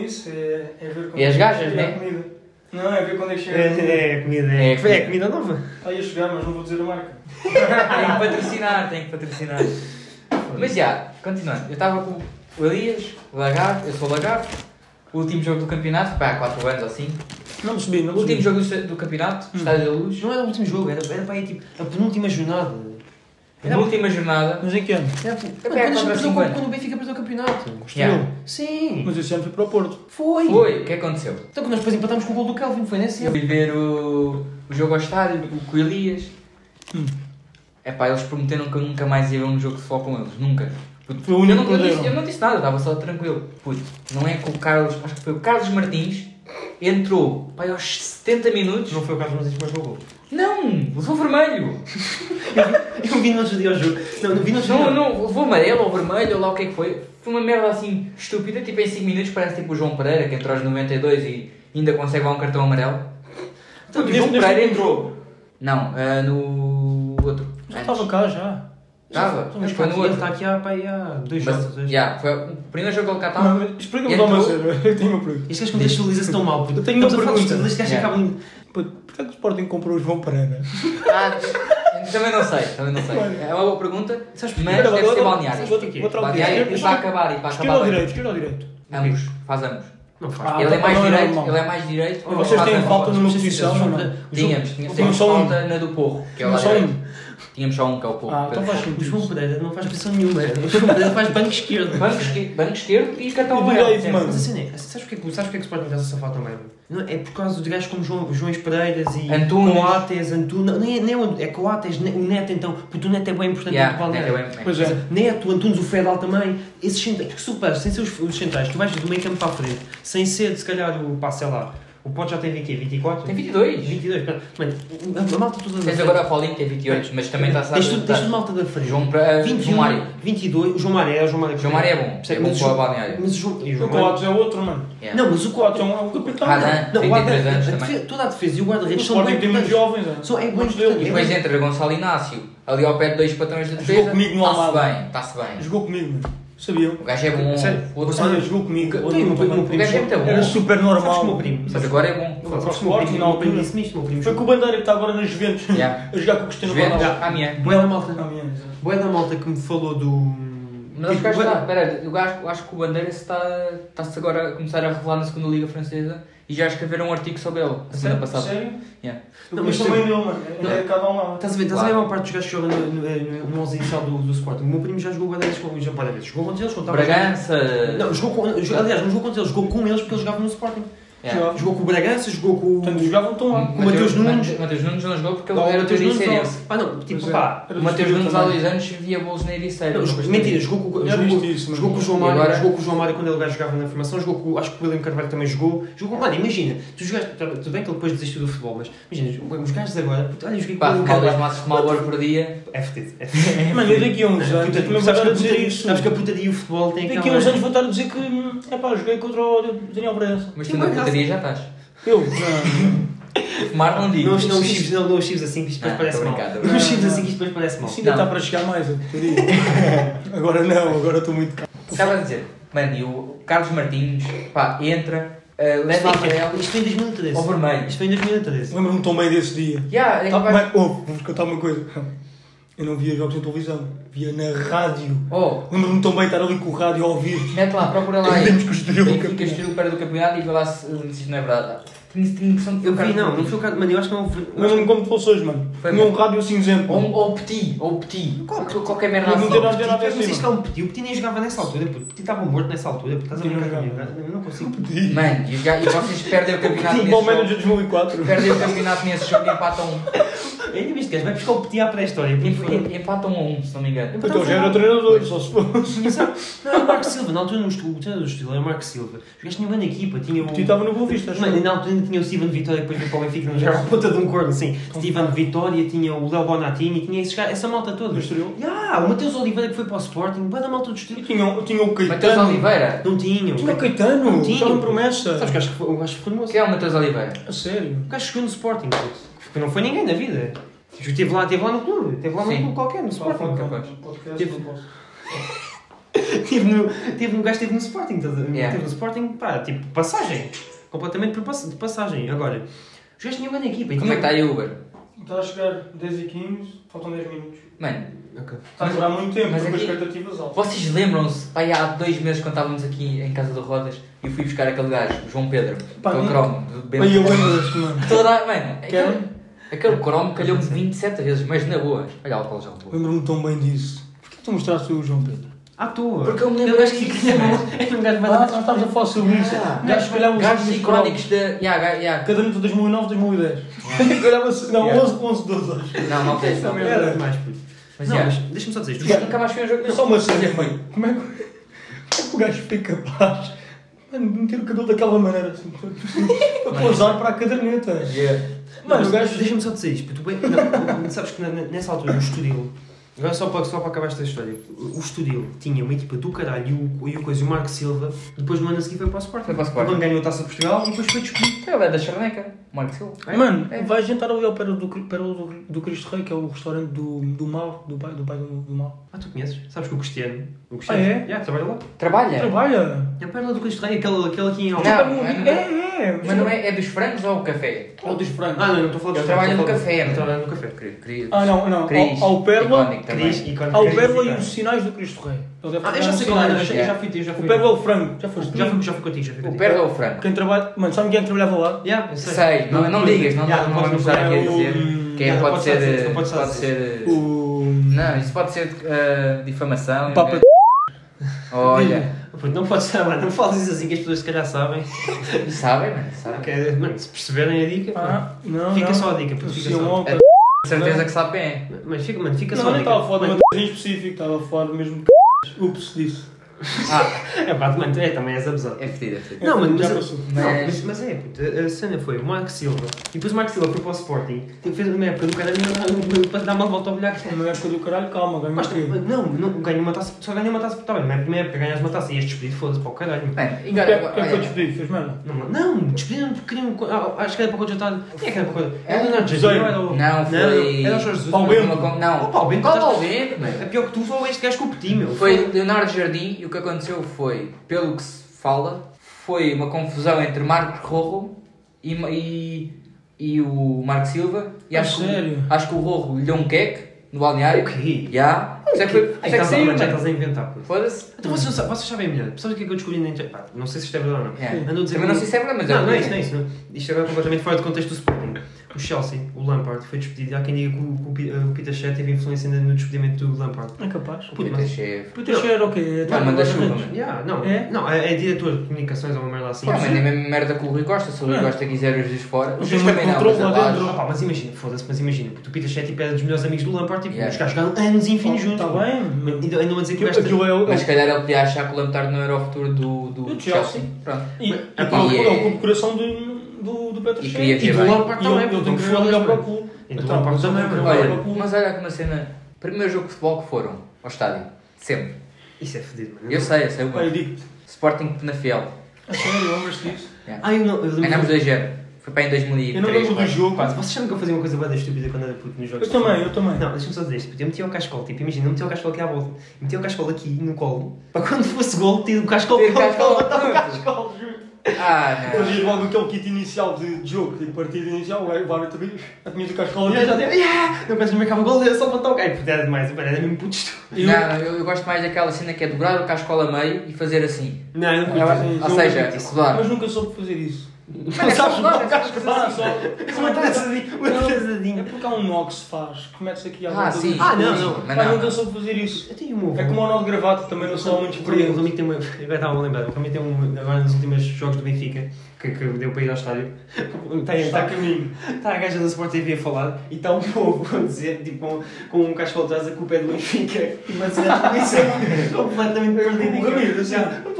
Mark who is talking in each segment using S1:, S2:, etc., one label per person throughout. S1: isso, é, é ver quando
S2: E as gajas,
S1: chega a
S2: né?
S1: comida. Não, é ver quando é que chega a comida.
S3: É, é comida, é,
S2: É,
S3: é comida nova.
S1: Está aí a chegar, mas não vou dizer a marca.
S4: Tem que patrocinar, tem que patrocinar.
S2: Mas já, continuando, eu estava com o Elias, o Lagarto, eu sou o Lagarto, o último jogo do campeonato, pá, há 4 anos ou 5.
S3: Não percebi,
S2: O
S3: não
S2: último
S3: percebi.
S2: jogo do, do campeonato, Estádio da Luz,
S3: Não era o último jogo, era, era para aí tipo a penúltima jornada.
S2: na última jornada,
S3: Mas em que ano? Era,
S2: Era quando
S3: quando,
S2: o
S3: perdeu,
S2: Benfica-
S3: quando o Benfica perdeu o campeonato. Gostou?
S2: Yeah.
S3: Sim.
S4: Mas esse ano foi para o Porto.
S3: Foi.
S2: foi, o que aconteceu?
S3: Então que nós depois empatámos com o gol do Kelvin, foi nesse
S2: Eu
S3: ano.
S2: fui ver o, o jogo ao estádio o- com o Elias.
S3: Hum.
S2: É pá, eles prometeram que eu nunca mais ia ver um jogo de futebol com eles, nunca. Puto,
S3: Foi o único
S2: eu, não, eu,
S3: que
S2: disse,
S3: deram.
S2: eu não disse nada, estava só tranquilo. Puto, não é que o Carlos, acho que foi o Carlos Martins, entrou pá, aos 70 minutos.
S3: Não foi o caso, mas depois jogou.
S2: Não, levou vermelho.
S3: Eu vi no outro dia o jogo. Não, não vi no outro dia.
S2: Não, não, levou amarelo ou vermelho, ou lá o que é que foi. Foi uma merda assim estúpida, tipo em 5 minutos parece tipo o João Pereira que entrou aos 92 e ainda consegue lá um cartão amarelo.
S1: Então,
S2: Puto, o
S3: neste-
S2: João
S3: neste
S2: Pereira
S3: jogo-
S2: entrou. Não, ah, no outro.
S3: Já estava cá já.
S2: Estava,
S3: Já-
S2: mas
S3: já
S2: foi no
S3: está-
S2: outro.
S3: Ele está aqui há, pá, aí há dois jogos.
S2: Mas,
S3: dois.
S2: yeah, foi o primeiro jogo que ele cá
S1: é Não,
S2: estava.
S1: mas Explica-me
S2: E
S1: só uma
S2: entrou-
S1: cena, eu tenho uma pergunta.
S3: Este gajo contextualiza-se tão mal. puto.
S1: Eu tenho uma
S3: Estamos a falar disto
S1: pergunta.
S3: tudo, Este gajo
S2: Yeah.
S3: acaba em-
S1: Pô, Porquê é que o Sporting comprou o João Pereira?
S2: Ah, também não sei, também não sei. É uma boa pergunta, mas deve ser balneário.
S3: Sabes porquê?
S1: Vou trocar
S2: Balneário e para acabar, e para
S1: Esquerda ou
S2: acabar. bem.
S1: direito? Esquerda ou direito?
S2: Ambos, faz ambos.
S3: Não faz.
S1: Ah,
S2: Ele é
S1: então
S2: mais
S1: não era
S2: direito,
S1: mal.
S2: ele é mais direito.
S1: Mas vocês
S2: faz
S1: têm
S2: ambos.
S1: falta numa
S3: Mas vocês
S1: posição ou não?
S3: fizeram- o jogo-
S2: Tínhamos, tínhamos
S3: Tem
S2: tínhamos
S3: só um.
S2: falta na do Porro, que é lá
S3: Só um.
S2: direito. Tínhamos só um, que é o Porro.
S3: Ah, então
S2: Pedro.
S3: faz O João Pereira não faz posição nenhuma. O João Pereira faz banco esquerdo.
S2: Banco esquerdo, banco esquerdo e cartão
S1: E
S2: amarelo.
S1: direito,
S2: certo?
S1: mano.
S3: Mas assim, é, sabes porque, sabes porque é que o Sporting está a safar também? Não, é por causa de gajos como João, João Pereiras e
S2: Antunes.
S3: Coates, Antunes. Nem, é- nem é o- é Coates, nem, o Neto então, porque o Neto é bem importante
S2: Yeah,
S3: para o Palmeiras.
S2: Neto é bem-
S1: Pois é.
S3: eh, Neto, Antunes, o Fedal também, esses centrais, porque super, sem ser os, os centrais, tu vais do meio campo para a frente, sem ser se calhar o pá, sei lá, o Pote já tem 20, 24?
S2: Tem 22.
S3: 22, pronto. Mano, a, a malta toda
S2: Tens
S3: da frente-
S2: agora o Paulinho, é tem 28, mas também está a
S3: Tens tudo- tens tudo
S2: saber. tá.
S3: malta da frente. um,
S2: João Pereira, João Mário.
S3: 22, o João Mário é o João Mário.
S2: João Mário é bom,
S3: Percebe?
S2: é bom
S3: Mas
S2: para
S3: o
S2: o balneário.
S3: Mas o João, e o
S1: O
S3: João Mário-
S1: Coates é outro, mano.
S2: Yeah.
S3: Não, mas o
S1: Coates
S3: Coates...
S1: é um é um capitão.
S2: Radan,
S3: Não, o
S2: 33 anos
S3: guarda, a
S2: também.
S3: defe- toda a defesa e o é
S1: O
S3: guarda-redes são bem
S1: Sporting tem muitos
S3: importantes.
S1: jovens, mano.
S3: São é bem
S1: Muitos
S3: importantes.
S1: deles.
S2: E depois entra Gonçalo Inácio, ali ao pé de dois patrões de defesa.
S1: Jogou comigo no
S2: Está-se
S1: Almada.
S2: bem, está-se bem.
S1: Jogou comigo, mano. Sabiam?
S2: O gajo é bom.
S3: Sério?
S2: O outro
S1: Olha, jogou comigo.
S3: Tem um primo- um
S2: o gajo é muito bom.
S1: Era super
S3: Sabes que o
S1: normal.
S3: meu primo...
S2: Mas agora é bom.
S1: Foi para o
S3: Sabes que o meu
S1: Sporting,
S3: primo-
S1: na
S3: o meu primo
S1: altura.
S3: disse-me isto, o meu primo...
S1: Foi com o Bandeira que está agora nas Juventus.
S2: Yeah.
S1: A jogar com o Cristiano
S2: Juventus,
S1: Ronaldo.
S2: amanhã.
S3: Boa da malta...
S1: Amanhã, exato.
S3: Boa da malta que me falou do... Tipo,
S2: Mas acho que o gajo
S3: Bué da-
S2: está. Pera, eu gajo- eu acho que o Bandeira está- está-se agora a começar a revelar na segunda Liga Francesa e já escreveram um artigo sobre ele a semana passada.
S1: Sério?
S2: Yeah.
S1: Eu
S3: Não, mas
S1: gosto também dele, mano. É cada um lá.
S3: Estás a ver, estás a ver a maior parte dos gajos que jogam no, eh, no, no 11 inicial do, do Sporting. O meu primo já jogou várias vezes com já várias vezes. Jogou contra eles,
S2: Então,
S3: contava.
S2: Bragança.
S3: Não, jogou com, jo- aliás, não jogou contra eles, jogou com eles porque eles jogavam no Sporting.
S2: Yeah.
S1: Jogava.
S3: Jogou com o Bragança, jogou com o.
S1: Portanto, jogavam tão lá.
S3: o Mateus Nunes.
S2: Mate- Mateus Nunes não Então, jogou porque ele
S3: Não,
S2: era
S3: Mateus Nunes,
S2: turinense.
S3: não. Pá, não, tipo,
S1: Pois é.
S3: pá.
S1: Era
S2: O Mateus Nunes há
S1: também.
S2: dois anos via golos na Ericeira.
S3: Não, jogou- mentira, jogou com,
S1: Já
S3: jogou,
S1: viste isso, mas-
S3: jogou com o João
S2: E
S3: Mário,
S2: agora?
S3: jogou com o João Mário quando ele gajo jogava na formação, jogou com, acho que o William Carvalho também jogou, jogou, mano, imagina, tu jogaste, tá, tudo bem que ele depois desistiu do futebol, mas imagina, os gajos agora, puto, olha, eu joguei com o
S2: assim. Pá,
S3: William
S2: fumar dois
S3: Carvalho,
S2: maços de malboro por dia.
S3: é fedido, é fedido.
S1: Mano, eu daqui a uns anos
S3: Puta,
S1: também vou estar
S3: sabes que
S1: a
S3: a
S1: dizer
S3: putaria-
S1: isso.
S3: Sabes que a putaria e o futebol têm
S1: Daqui a uns anos vou estar a dizer que, hum, epá, joguei contra o Daniel Bragança.
S2: Mas
S3: E
S2: tu na
S3: uma graça.
S2: putaria já estás.
S1: Eu? Não.
S2: Fumar não digo.
S3: Não os não os chives, não, não os chives assim que isto depois
S2: Ah,
S3: parece
S2: tô
S3: mal.
S2: brincado.
S3: Não os chives assim que isto depois parece mal.
S1: Isso ainda
S2: Não.
S1: está para chegar mais, eu te digo. Agora não, agora estou muito calmo.
S2: Estava a dizer, mano, e o Carlos Martins, pá, entra, uh, leva a amarelo
S3: Isto foi em 2013.
S2: ao vermelho.
S3: Isto foi em 2013.
S1: Lembro-me tão bem desse dia.
S2: Yeah, é que
S1: Tá,
S2: vai-
S1: mas, ouve, vou-vos contar uma coisa. Eu não via jogos em televisão, via na rádio.
S2: Oh,
S1: Lembro-me tão bem de estar ali com o rádio a ouvir.
S2: mete É lá, procura lá aí.
S1: Temos que construir um
S2: Benfica
S1: campeonato.
S2: estreou o pé do campeonato e vê lá se se isto não é verdade. Tinha tinha a impressão que foi
S3: Eu
S2: o
S3: vi,
S2: Carlos
S3: não, não
S2: Martins.
S3: foi o caso. Mano, eu acho que é um não. eu acho
S1: Lembro-me como se fosse hoje, mano.
S2: Foi
S1: Tinha um
S2: mesmo.
S1: rádio cinzento.
S2: Ou
S1: mano.
S2: ou petit, ou petit.
S3: Qual-
S2: Qualquer merda
S1: Não
S2: assim.
S1: tem nada a
S3: que
S1: ver nada
S3: Eu não sei se
S1: acima.
S3: lá um pediu, o Petit nem jogava nessa altura, puto. O Petit estava morto nessa altura, puto. Estás a
S1: Petit não
S3: brincar comigo,
S1: jogava.
S3: eu não consigo.
S2: Mano, e os ga- e vocês perdem o campeonato nesse
S1: Futebol Manager
S2: jogo.
S1: 2004.
S2: Perdem o campeonato nesse jogo e empatam
S3: É
S2: um.
S3: Ainda viste, gajo, vai buscar o Petit à pré-história. puto.
S2: Emp- em- Empatam a um, se não me engano.
S1: Então já era treinador, só se fosse.
S3: é- Não, era o Marco Silva, na altura no estilo, o treinador do estilo era o Marco Silva. Os gajos tinham grande equipa, tinha o.
S1: Tu estava no Boa Vista, acho
S3: Mano,
S1: eu.
S3: na altura ainda tinha o Steven Vitória, depois veio para o Benfica, mas era a ponta de um corno, sim. Steven Vitória, tinha o Léo Bonatini, tinha esses gajos- essa malta toda.
S1: Do Estoril.
S3: Ah, o Matheus Oliveira que foi para o Sporting, boa da malta do Estoril.
S1: E tinha, tinha o Caetano.
S2: Matheus Oliveira.
S3: Não tinha.
S1: Tinha o Caetano.
S3: Tinha.
S1: Estava em promessa.
S3: Sabes que acho que foi, eu acho que foi no
S2: Quem é o Matheus Oliveira?
S1: A sério.
S3: O gajo chegou no Sporting, puto. que não foi ninguém na vida. Tipo, Esteve lá, esteve lá no clube, esteve lá no
S2: Sim.
S3: clube qualquer, no Sporting.
S2: capaz.
S1: Podcast, não posso.
S3: Teve no, teve no gajo teve no Sporting, estás a ver?
S2: Yeah.
S3: Teve no Sporting, pá, tipo, passagem. Completamente por pass- de passagem. Agora, os gajos tinham grande equipa. e
S2: Como é que está
S3: tinham-
S2: aí o Uber?
S1: Está a chegar 10 e 15, faltam 10 minutos.
S2: Mano,
S3: Ok.
S1: Está a demorar muito tempo,
S2: Mas
S1: estou com
S2: aqui-
S1: expectativas altas.
S2: vocês lembram-se, pá, aí há dois meses quando estávamos aqui em Casa do Rodas, eu fui buscar aquele gajo, o João Pedro,
S1: Pá,
S2: aquele
S1: não-
S2: cromo, do
S1: Bem,
S2: Ben-
S1: eu lembro deste, mano.
S2: Toda, mano, aquele,
S1: Quero.
S2: aquele cromo calhou-me 27 vezes, mas na boa. Olha lá o Paulo já é um levou.
S1: Lembro-me tão bem disso. Porquê que tu mostraste o João Pedro?
S3: À toa.
S2: Porque eu me
S3: Aquele
S2: lembro
S3: gajo que tinha mão. Era um gajo mais
S1: Ah, nós estávamos a falar sobre isso.
S2: Ah.
S1: Gajos que olhavam
S2: Gajos
S1: os
S2: icónicos da. Yeah, ga- yeah.
S1: Cada ano de 2009, 2010. Que olhava-se. Não,
S3: Yeah.
S1: 11, 11, 12 anos.
S2: Não, não tens. não.
S1: Era.
S3: Era um mais, puto.
S2: Mas
S3: não,
S2: já.
S3: mas deixa-me só dizer isto. Os-
S2: Nunca mais foi um jogo
S1: Só
S2: meu.
S1: uma série, mãe. Como é que, como é que o gajo foi capaz mano, de meter o cabelo daquela maneira assim? Para pousar para a caderneta. Mano,
S3: Mas
S1: o gajo.
S3: deixa-me só dizer isto. Tu bem, não, sabes que na- na- nessa altura o Estoril, agora só para, só para acabar esta história, o o Estoril tinha uma equipa do caralho e o, e o, coisa, o Marco Silva, depois no ano a seguir foi para o Sporting.
S2: Foi para o Sporting.
S3: Quando ganhou a Taça de Portugal e depois foi despedido.
S2: Ele é da Charneca, Marco Silva.
S1: Mano,
S2: É.
S1: vai jantar ali ao Pérola do, Cri- Pérola do, do Cristo Rei, que é o restaurante do, do Mal, do pai do, pai do, do Mal.
S3: Ah, tu conheces? Sabes que o Cristiano, o Cristiano,
S1: Ah, é?
S3: yeah, trabalha lá.
S2: Trabalha.
S1: Trabalha!
S3: É a perna do Cristo Rei, aquele, aquele aqui em
S2: Não.
S3: Alba.
S1: é, é, é.
S2: Mas não é, é dos frangos ou o café?
S1: Ou dos frangos.
S3: Ah, não, não estou a falar
S2: Eu
S3: dos-
S2: trabalho no
S3: estou a falar-
S2: café,
S3: eu
S2: mano.
S3: trabalho no café, querido.
S2: Querido.
S1: Ah, não, não.
S2: Cris,
S1: Ao, ao Pérola.
S2: icónico também.
S3: Cris, icónico. tá
S1: Ao
S3: Cris,
S1: Pérola e
S3: icónico.
S1: os sinais do Cristo Rei. Ele deve
S3: Ah, eu
S1: trabalhar
S3: já
S1: nos
S3: sei qual era, eu
S1: sinais.
S3: já eu já fui, eu já fui.
S1: O Pérola ou o Frango? Já foste?
S3: Já fui, já fui contigo, já fui
S2: O
S3: contigo.
S2: Pedro é o frango.
S1: Quem trabalha. Mano, sabe quem é que trabalhava lá?
S3: Yeah, eu
S2: Sei, não, não digas, não, não,
S3: Yeah,
S2: não
S3: posso-
S2: vamos estar aqui a
S3: é o-
S2: dizer. Que é,
S3: Yeah,
S2: pode
S3: posso estar a dizer
S2: ser.
S3: isso,
S2: assim.
S3: não
S2: Pode
S3: posso estar a dizer isso.
S2: ser.
S1: O.
S2: Não, isso pode ser ah, difamação.
S1: O Papa.
S2: Olha,
S3: Puto, Não pode estar, mano, não fales isso assim que as pessoas se calhar sabem.
S2: sabem, mano, sabem.
S3: Ok, Mano, se perceberem a dica,
S1: Ah, não.
S3: fica
S1: não.
S3: só a dica, puto, fica
S1: Associam
S3: só.
S1: ao-
S2: De certeza que sabem quem é.
S3: Mas fica, mano, fica
S1: Ah. Não, tá
S3: só
S1: não
S3: a
S1: estava a
S3: dica.
S1: falar de uma
S3: Mano,
S1: coisa em específico, estava a falar mesmo de Ups, disse.
S2: Ah,
S3: É pá, mano, é, também és abusado.
S2: é fedido, é fedido.
S3: Não, mano,
S1: Já
S3: mas,
S1: passou.
S3: não, mas, mas é, puto, a a cena foi o Marco Silva, e depois o Marco Silva foi para o Sporting, tipo, fez uma época do caralho não- não- para dar uma volta ao bilhar.
S1: Uma época do caralho, calma, ganhou
S3: Mas
S1: o
S3: tu-
S1: quê?
S3: não, não, ganha uma taça, só ganha uma taça, está bem, na é primeira época ganhas uma taça e és despedido, foda-se para o caralho. mano.
S2: Mano,
S1: Quem
S2: agora-
S1: quem foi
S2: olha,
S1: despedido? Fez merda?
S3: Não, mano, não, despediram porque queriam, ah, acho que era para o contratado, quem é que era para o contratado?
S2: É,
S3: Era o Leonardo Jesus,
S1: Zero.
S3: não era o...
S2: Não, foi.
S3: era o Jorge Jesus.
S1: Paulo
S3: não era?
S1: Bento.
S2: Uma- Não,
S3: Oh, Paulo Bento,
S2: Qual
S3: estás-
S2: Paulo Bento, mano?
S3: É pior que tu só este gajo com o Petit, meu.
S2: Foi Leonardo Jardim e o que aconteceu foi, pelo que se fala, foi uma confusão entre Marcos Rorro e, Ma- e, e o Marco Silva. E
S1: A
S2: acho,
S1: sério?
S2: Que, acho que o Rorro lhe deu um queque no balneário.
S3: Ah, O quê?
S2: Já. Isso é que, foi,
S3: Ai,
S2: isso é que
S3: estás a-
S2: saiu,
S3: mano, já
S2: mano.
S3: estás a inventar, pô.
S2: Foda-se.
S3: Então vocês, não sa- vocês sabem melhor. Sabes o que é que eu descobri na internet? Pá, Não sei se isto é verdade ou não.
S2: É.
S3: Andam a dizer
S2: Também não
S3: que-
S2: sei se é verdade, mas é
S3: não, não é
S2: verdade.
S3: isso, não é isso. Não. Isto agora é completamente fora de contexto do Sporting. O Chelsea, o Lampard, foi despedido. Há quem diga que o, que o Pi- eh, o Peter Shea teve influência ainda no despedimento do Lampard.
S1: Não é capaz.
S3: Puto,
S2: Puta,
S3: mas-
S2: chefe.
S1: Puta, isso era o quê?
S2: Não, manda chuva, mano.
S3: Yeah, não,
S1: É?
S3: não, é, é diretor de comunicações ou uma merda assim.
S2: Pá, mas é a mesma merda que o Rui Costa. Se o Rui
S1: Não.
S2: Costa quiser os dois fora, os
S1: Tem
S2: dois
S1: muito
S2: também não,
S1: controle
S2: mas
S1: lá
S2: abaixo.
S1: dentro.
S3: Ah, pá, mas imagina, foda-se, mas imagina. Puto, O Peter Shea tipo, era dos melhores amigos do Lampard. Tipo,
S2: Yeah.
S3: Os gajos jogaram anos e infinitos juntos.
S1: Está
S3: pô.
S1: tá bem.
S3: Ainda ainda vão dizer que o
S1: Aquilo
S3: gajo-
S1: aquilo é o.
S2: Mas se calhar ele podia achar que o Lampard não era o futuro do, do
S1: Do Chelsea.
S2: Pronto.
S1: e- e
S3: Ah,
S1: aquilo
S2: pá,
S1: é o
S2: e-
S1: clube de coração do, do, do Petro
S2: E
S1: Cheio.
S2: queria
S3: E
S2: ver
S3: do
S2: bem.
S3: Lampard
S1: E eu,
S3: também.
S1: eu
S3: puto,
S1: tenho que
S3: não
S1: ligar
S3: fodas,
S1: para o
S3: mano.
S1: clube.
S3: E do
S1: Então,
S3: Lampard
S1: eu
S3: também,
S1: tenho que
S3: mano.
S1: ligar
S2: Olha,
S1: para o clube.
S2: mas olha que uma cena. Primeiro jogo de futebol que foram ao estádio. Sempre.
S3: Isso é fodido, mano.
S2: Eu sei, eu sei o
S1: Pá, eu
S2: gol.
S1: digo-te.
S2: Sporting Penafiel.
S1: A sério, lembras-te disso?
S3: Ah, eu não. Eu lembro-
S2: Ganhámos 2-0. Foi para em
S1: Eu não
S2: 2003.
S1: lembro do
S2: quase.
S1: jogo.
S3: Pá, vocês sabem que eu fazia uma coisa bada estúpida quando era puto nos jogos?
S1: Eu também, eu também.
S3: Não, deixa-me só dizer isto. puto, Eu metia o cascol, tipo, imagina, eu metia o cascol aqui à volta. Eu Metia o cascol aqui no colo, para quando fosse gol, ter o cascol
S2: Ter
S3: para
S2: o
S3: o
S2: cascol,
S3: colo, botar o
S2: pronto.
S3: cascol.
S2: Ah, não.
S1: Fazias logo aquele é kit inicial de jogo, tipo partida inicial, vai vai outra vez, a minha do Cascola.
S3: Eu já dei, yeah! Não pensas marcava gol, era só botar o cascol. Era demais, eu era mesmo um puto estúpido.
S1: Eu-
S2: Não, eu, eu gosto mais daquela cena que é dobrar o cascola a meio e fazer assim.
S3: Não, eu não curto.
S1: sim,
S2: Ou
S1: eu
S2: seja,
S1: curto isso.
S2: rodar.
S1: Mas nunca soube fazer isso.
S2: Mano, é só rodar, é só fazer
S1: Ah,
S2: assim.
S1: só.
S3: Uma trançadinha, uma
S1: É
S3: trançadinha.
S1: porque há um nó que se faz, que mete-se aqui à
S2: Ah,
S1: volta
S2: sim.
S1: do-
S3: Ah, não, não.
S2: Mas
S1: Pá, nunca
S2: não.
S1: soube fazer isso.
S3: Eu tenho uma.
S1: É como o nó de gravata, também não sou muito
S3: O
S1: experiente.
S3: Rami um tem uma. Agora estava a lembrar. O Rami tem um. Agora nos últimos jogos do Benfica, que, que deu para ir ao estádio.
S1: Está
S3: Está, está,
S1: a caminho.
S3: Está Tá, a gaja da Sport TV a falar e está um povo a dizer, tipo, com, com um cachecol atrás a culpa é do Benfica. E uma cena de comissão completamente perdida.
S1: O Ramiro, assim,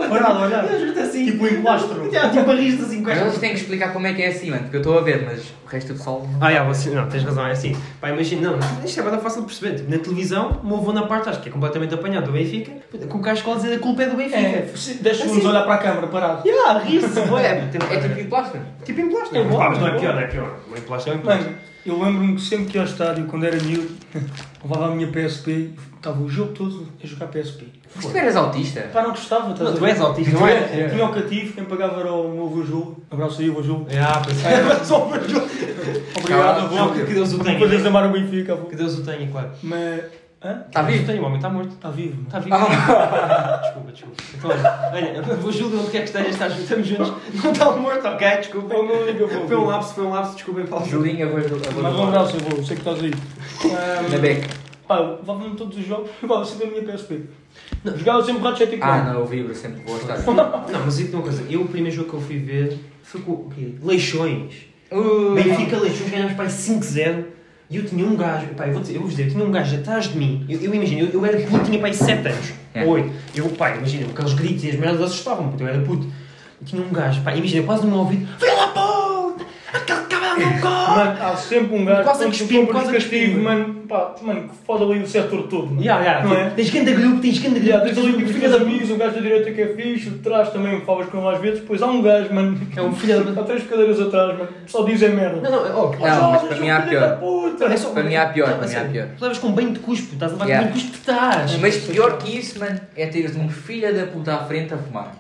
S1: parado a olhar.
S3: Não, assim.
S1: Tipo em plastro.
S3: Já, tipo, a rir-se assim com
S2: Mas eles
S3: esta-
S2: têm que explicar como é que é assim, mano, porque eu estou a ver, mas o resto do pessoal.
S3: Ah, yeah, você, não, tens razão, é assim. Pá, imagina, não, isto é bada fácil de perceber. Tipo, na televisão, o meu avô na parte, acho que é completamente apanhado do Benfica, com o cachecol a dizer a culpa é do Benfica.
S1: É,
S3: É.
S1: se- 10 segundos olhar para a câmara, parado.
S3: Yeah, rir-se, bué.
S2: É tipo plástico.
S3: tipo em plástico.
S1: É bom,
S3: Pá, mas não
S1: é
S3: é
S1: bom.
S3: pior, não é pior. O emplastro é um emplastro.
S1: Mano, Eu lembro-me que sempre que ia ao estádio, quando era miúdo, levava a minha PSP, estava o jogo todo a jogar PSP.
S2: Mas tu eras autista?
S1: Pá, não gostava, estás
S3: Não,
S1: a
S3: tu
S1: ver?
S3: és autista,
S1: Tu
S3: não
S1: é?
S3: é?
S1: Tinha o cativo, quem pagava era o meu avô Júlio. Abraço aí, avô Júlio.
S3: Ah, pois é.
S1: Só o avô Júlio. Obrigado,
S2: Não,
S1: avô.
S3: Não, que, que Deus o tenha.
S1: Depois eles amaram o Benfica, avô.
S3: Que Deus o tenha, claro.
S1: Mas... Hã?
S2: Está
S3: Deus o
S2: Tá vivo?
S3: tenha, o homem está morto.
S1: Está vivo, mano.
S3: Está vivo. Desculpa, desculpa. Então, olha, olha, vou Júlio, onde quer que esteja, estás, estamos juntos. Não está morto, ok? Desculpa.
S1: Foi o meu único avô.
S3: Foi um lapso, foi um lapso, desculpem, Paulo.
S2: Julinho, avô
S1: Mas um
S2: do
S1: abraço, avô. Sei que estás aí.
S2: Na beca.
S1: Pá, eu levava-me todos os jogos, levava sempre a minha PSP. Jogava sempre Ratchet e Clank.
S2: Ah, não, eu vibro sempre vou estar.
S3: Não, mas digo-te uma coisa. Eu, o primeiro jogo que eu fui ver foi com o quê? Leixões.
S2: Uh,
S3: Benfica, Leixões, ganhámos para 5-0. E eu tinha um gajo, pá, eu vou dizer, eu vou dizer, eu tinha um gajo atrás de mim. Eu, eu imagino, eu, eu era puto, tinha pai 7 anos,
S2: É.
S3: 8. Eu, pai, imagina, aqueles gritos e as merdas assustavam-me, puto, eu era puto. E tinha um gajo, pá, imagina, quase no meu ouvido, filha da puta, aquele cabelo não corre.
S1: Mano, há sempre um gajo
S3: Quase a
S1: quando
S3: cuspir,
S1: tu compras
S3: quase a cuspir,
S1: castigo,
S3: mano.
S1: mano, pá, mano, que foda ali o setor todo, mano.
S3: Ya, ya,
S1: não é?
S3: tipo, tens grande grupo, tens grande
S1: Já,
S3: grupo,
S1: tens ali um filho de amigos, um gajo da direita que é fixe, o de trás também falas com ele às vezes, depois há um gajo, mano, que
S3: É um filho da-
S1: há três cadeiras atrás, mano, só dizem merda.
S3: Não, não, é- oh,
S2: Não, mas para mim
S1: um
S2: há pior.
S3: é
S1: pior.
S3: só-
S2: Para mim há pior,
S3: Não,
S2: para mim
S3: assim,
S2: há pior.
S3: tu Levas com bem de cuspo, estás a levar
S2: Yeah.
S3: com bem de cuspo de trás.
S2: Mas pior que isso, mano, é teres um filho da puta à frente a fumar.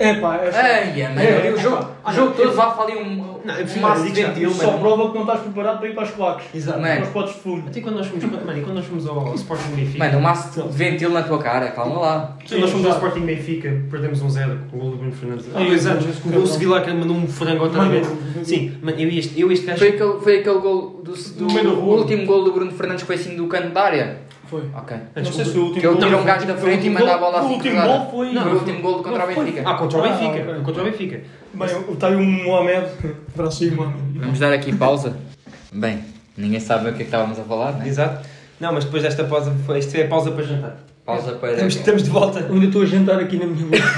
S1: É pá, é só-
S2: Ai, mano,
S1: É,
S2: ali o
S1: é,
S2: jogo,
S1: pá.
S2: o jogo todo vá falir um,
S3: Não, eu
S2: um
S3: prefiro
S2: maço de
S3: dizer que
S2: ventil,
S1: só
S2: mano.
S1: prova que não estás preparado para ir para os claques,
S3: Exato.
S1: para
S2: Mano.
S1: os potes de fumo.
S3: Até quando nós fomos, mano, e quando nós fomos ao, ao Sporting Benfica,
S2: Mano, um maço de ventil na tua cara, calma lá.
S3: quando nós fomos ao
S1: Sim,
S3: Sporting Benfica, perdemos um zero com o gol do Bruno Fernandes. Há
S1: Ai,
S3: dois
S1: eu-
S3: anos,
S1: eu-
S3: é, o gol Sevilla que mandou um frango outra
S1: Mano,
S3: vez.
S1: eu-
S3: Sim, mano, eu e este, eu e este gajo.
S2: Foi aquele, foi aquele gol do, do,
S1: No meio da rua.
S2: último gol do Bruno Fernandes que foi assim do canto da área.
S1: Foi.
S2: Ok.
S1: Não sei se o último
S2: Que ele
S1: gol-
S2: tira um gajo da
S1: o
S2: frente e
S1: último
S2: manda a
S1: gol-
S2: bola assim
S1: O último
S2: cruzada.
S1: gol foi...
S2: Não, foi o último gol contra o Benfica.
S3: Ah, contra o
S1: Ah,
S3: Benfica.
S1: ok.
S3: Contra o Benfica.
S1: Bem, está aí um Mohamed, para aí Mohamed.
S2: Vamos dar aqui pausa. Bem, ninguém sabe o que é que estávamos a falar, né?
S3: Exato. Não, mas depois desta pausa, isto é pausa para jantar.
S2: Pausa para.
S3: Estamos, estamos de volta.
S1: Ainda estou a jantar aqui na minha boca.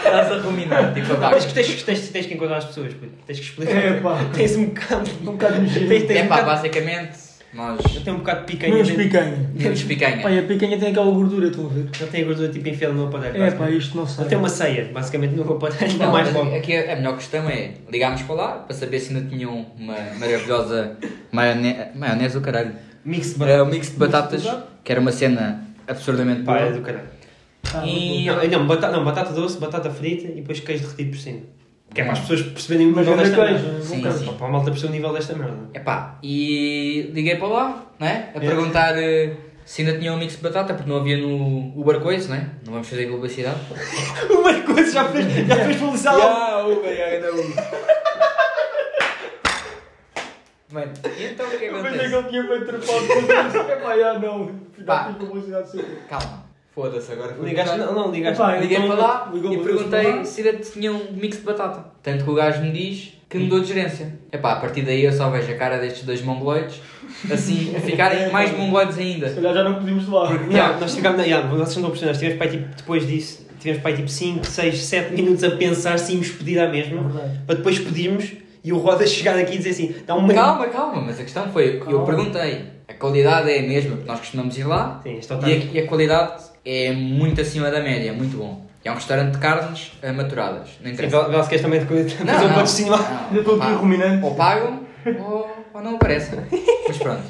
S2: Estás a ruminar, tipo,
S3: Ah,
S2: pá.
S3: mas que tens, que tens, tens que encontrar as pessoas, puto. tens que explicar.
S1: É, pá.
S3: Tens um bocado.
S1: Um bocado de
S3: Tens,
S1: gelo.
S3: tens
S2: É
S3: um
S2: pá,
S3: bocado,
S2: basicamente, nós.
S3: tem um bocado de picanha.
S1: Menos
S3: dentro.
S1: é picanha.
S2: Menos
S1: Pá,
S2: é picanha.
S1: e a picanha tem aquela gordura, estão a ver?
S3: Não tem a gordura tipo enfiada no aparelho.
S1: É pá,
S3: basicamente.
S1: isto não sei.
S3: Não tem uma ceia, basicamente, no aparelho.
S2: Não,
S3: Ainda é
S2: é-
S3: mais
S2: mas
S3: logo.
S2: aqui a a melhor questão é ligámos para lá para saber se ainda tinham uma maravilhosa maionese, maionese do caralho.
S3: Mix de
S2: Era
S3: batata.
S2: o mix de batatas, que era uma cena absurdamente
S3: Pá, é
S2: boa.
S3: do caralho.
S1: Ah,
S3: E,
S2: muito
S3: não, batata, não, batata doce, batata frita e depois queijo derretido por cima. Que é para as pessoas perceberem o
S1: Mas
S3: nível
S1: ainda
S3: desta
S1: queijo,
S3: merda.
S2: sim,
S3: Para-
S2: sim.
S3: Para a malta perceber o nível desta merda.
S2: Epá, e liguei para lá, né? A perguntar eh, se ainda tinham um mix de batata, porque não havia no Uber Coisa, né? Não vamos fazer publicidade.
S3: O Marcos já fez, já fez publicidade lá.
S2: Ah, Uber, ainda Uber. Mano, e então o que
S1: Eu pensei que
S2: acontece?
S1: ele tinha feito trepado com É pá, já não.
S2: Pá.
S1: Final de publicidade sempre.
S2: Calma, foda-se agora. foi
S3: Ligaste,
S2: verdade.
S3: não, não ligaste.
S1: Epá,
S2: Liguei
S1: Então,
S2: para lá
S1: ligou
S2: e
S1: para
S2: perguntei
S1: lá.
S2: se ainda tinham um mix de batata. Tanto que o gajo me diz que mudou de gerência. Epá, a partir daí eu só vejo a cara destes dois mongoloides assim a ficarem mais mongoloides ainda.
S1: Se calhar já não podíamos de lá.
S2: Porque, já,
S3: Não, nós ficámos na. Yeah, vocês não estão a perceber, nós tivemos para aí, tipo, depois disso, tivemos para aí tipo 5, 6, 7 minutos a pensar se íamos pedir à mesma,
S1: Verdade.
S3: para depois pedirmos e o Roda chegar aqui e dizer assim: dá uma.
S2: Calma, calma, mas a questão foi, eu
S1: Calma.
S2: perguntei, a qualidade é a mesma, porque nós costumamos ir lá
S3: Sim, é este
S2: e a,
S3: otário.
S2: e a qualidade é muito acima da média, muito bom. É um restaurante de carnes eh, maturadas, não
S3: Sim,
S2: interessa.
S3: Vel- Velsequez também de coisa.
S2: Não,
S3: Fazer um
S2: não,
S3: patrocínio lá.
S2: não,
S1: Eu estou aqui
S2: pá.
S1: ruminante.
S2: Ou pagam ou, ou não aparecem. Mas pronto.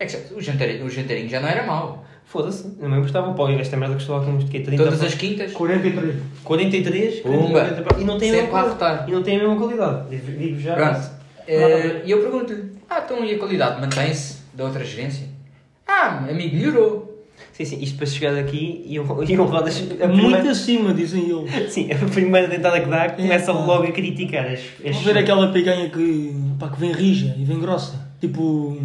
S2: É que já- o jantarinho, o jantarinho já não era mau.
S3: Foda-se, não me importava o pau. E esta merda custou lá uns de quê? 30
S2: Todas as quintas.
S1: 43.
S3: 43
S2: Pumba.
S3: 40 pra- e não tem a
S2: Sempre
S3: mesma
S2: a
S3: qualidade.
S2: rotar.
S3: E não tem a mesma qualidade. Digo- Digo já.
S2: Pronto. Eh,
S3: Nada a ver.
S2: E eu pergunto-lhe: Ah, então e a qualidade mantém-se da outra gerência? Ah, amigo, melhorou.
S3: Sim, sim, isto para chegar aqui e o e o Rodas. a
S1: Muito
S3: primeira-
S1: acima, dizem eles.
S3: Sim, a primeira tentada que dá começa
S1: É, pá.
S3: logo a criticar as. as-
S1: Vamos ver aquela picanha que, pá, que vem rija e vem grossa. Tipo.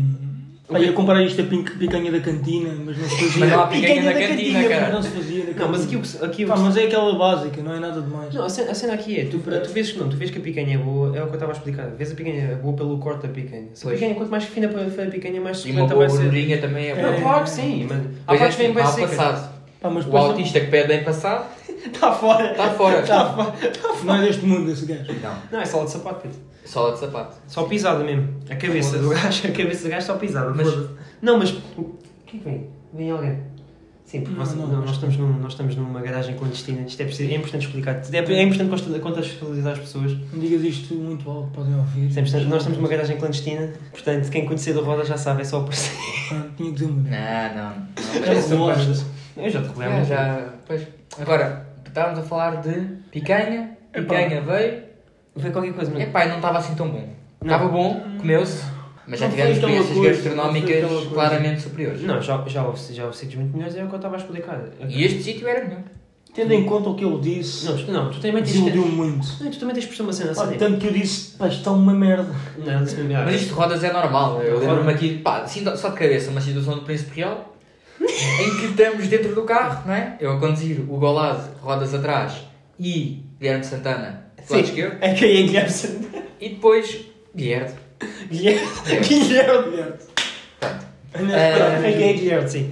S1: Pá, ia comparar isto a pin- picanha da cantina, mas não se fazia.
S2: Mas não há
S1: Mas
S2: picanha
S3: Picanha
S2: na
S3: da
S2: cantina,
S3: cantina,
S1: não
S2: cara.
S1: se fazia da
S3: Não, mas aqui o
S1: cantina.
S3: que. Aqui o
S1: Pá,
S3: que-
S1: mas é aquela básica, não é nada demais.
S3: Não, a cena, a cena aqui é, tu, tu vês que não, tu vês que a picanha é boa, é o que eu estava a explicar, vês a picanha é boa pelo corte da picanha. Se a
S2: Pois.
S3: picanha, quanto mais fina for a picanha, mais
S2: E uma
S3: suculenta
S2: boa
S3: vai ser.
S2: gordurinha também é boa.
S3: Não, claro que sim, mano. Há
S2: Pois é,
S3: partes que vêm
S2: assim,
S3: bem
S2: mal
S3: secas.
S2: passado.
S1: Pá, Tá, mas
S2: O
S1: depois-
S2: autista que pede bem passado
S3: Está fora.
S2: está fora.
S1: Tá
S3: Está fora.
S1: não é deste mundo esse gajo.
S2: Não,
S3: Não, é sala de sapato, Pedro.
S2: sola de sapato.
S3: Só pisada mesmo. A cabeça do gajo, a cabeça do gajo só pisada. Mas,
S2: Foda-se.
S3: não, mas. O que é que vem? Vem alguém. Sim, porque
S1: Não,
S3: você-
S1: não,
S3: não,
S1: mas-
S3: nós, estamos num- nós estamos numa garagem clandestina. Isto é, preciso, é importante explicar. É, é importante consta- contextualizar as pessoas.
S1: Não digas isto muito alto, podem ouvir.
S3: Sim, portanto, nós estamos numa garagem clandestina. Portanto, quem conhecer do Roda já sabe, é só por si.
S1: Ah, tinha que dizer uma.
S2: Não, não. não.
S3: Eu
S2: Parece um
S3: já
S2: bocado-
S3: Eu já te relembro.
S2: É, já. Pois. Agora, estávamos a falar de picanha.
S1: Epá.
S2: Picanha veio.
S3: Foi qualquer coisa, mas...
S2: Epá, e não estava assim tão bom.
S3: Não.
S2: Estava bom, comeu-se. Mas já
S1: Não
S2: tivemos
S1: foi aquela coisa,
S2: experiências
S1: não foi
S2: gastronómicas
S1: aquela
S2: claramente superiores.
S3: Não, já, já, houve, já houve sítios muito melhores, é o que eu estava a explicar.
S2: É. E este sítio era melhor.
S1: Tendo em conta o que ele disse,
S3: Não, tu, não, tu também tens...
S1: desiludiu muito.
S3: Não, tu também tens por uma cena
S1: um. Olha, então-
S3: assim.
S1: tanto que eu disse, pá, isto está uma merda.
S3: Não, não disse mesmo.
S2: Mas isto de rodas é normal. Eu
S3: Roda-
S2: lembro-me aqui, pá, assim, só de cabeça, uma situação do Príncipe Real em que estamos dentro do carro, não é? Eu a conduzir o Golazzo, rodas atrás e Guilherme Santana, do lado
S3: Sim.
S2: esquerdo.
S3: É que é Guilherme Santana.
S2: E depois, Guilherme.
S3: Guilherme. Guilherme.
S2: Pronto.
S3: É que é Guilherme, sim.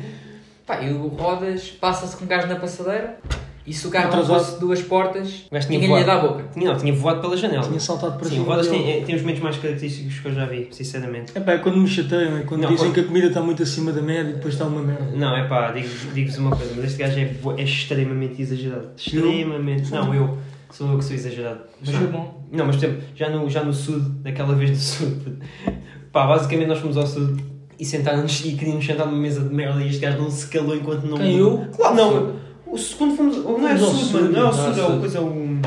S2: Pá, e o Rodas passa-se com o gajo na passadeira e se o carro não
S1: Atrasou-se.
S2: fosse duas portas,
S3: O gajo tinha
S2: ninguém lhe ia dar a
S3: voado.
S2: boca.
S3: Tinha, não, tinha voado pela janela.
S1: Tinha saltado para
S3: Sim, o
S1: cima.
S3: Rodas
S1: dele.
S3: tem, é, tem os momentos mais característicos que eu já vi, sinceramente.
S1: É pá, é quando me chateiam, é quando
S3: Não,
S1: dizem
S3: quando-
S1: que a comida está muito acima da média e depois está uma merda.
S3: Não, é pá, digo- digo-vos uma coisa, mas este gajo é, bo- é extremamente exagerado. Extremamente. Não, eu. Sou eu que sou exagerado.
S2: Mas foi bom.
S3: Não, mas por exemplo, já no, já no sul, daquela vez do sul, pá, basicamente nós fomos ao sul e sentámos e queríamos sentar numa mesa de merda e este gajo não se calou enquanto não.
S1: Quem, eu?
S3: Claro, não. O segundo fomos. Não é o
S1: Fomos ao
S3: sul,
S1: sul,
S3: mano, não é o
S1: não é
S3: sul, é
S1: sul.
S3: o coisa, é o.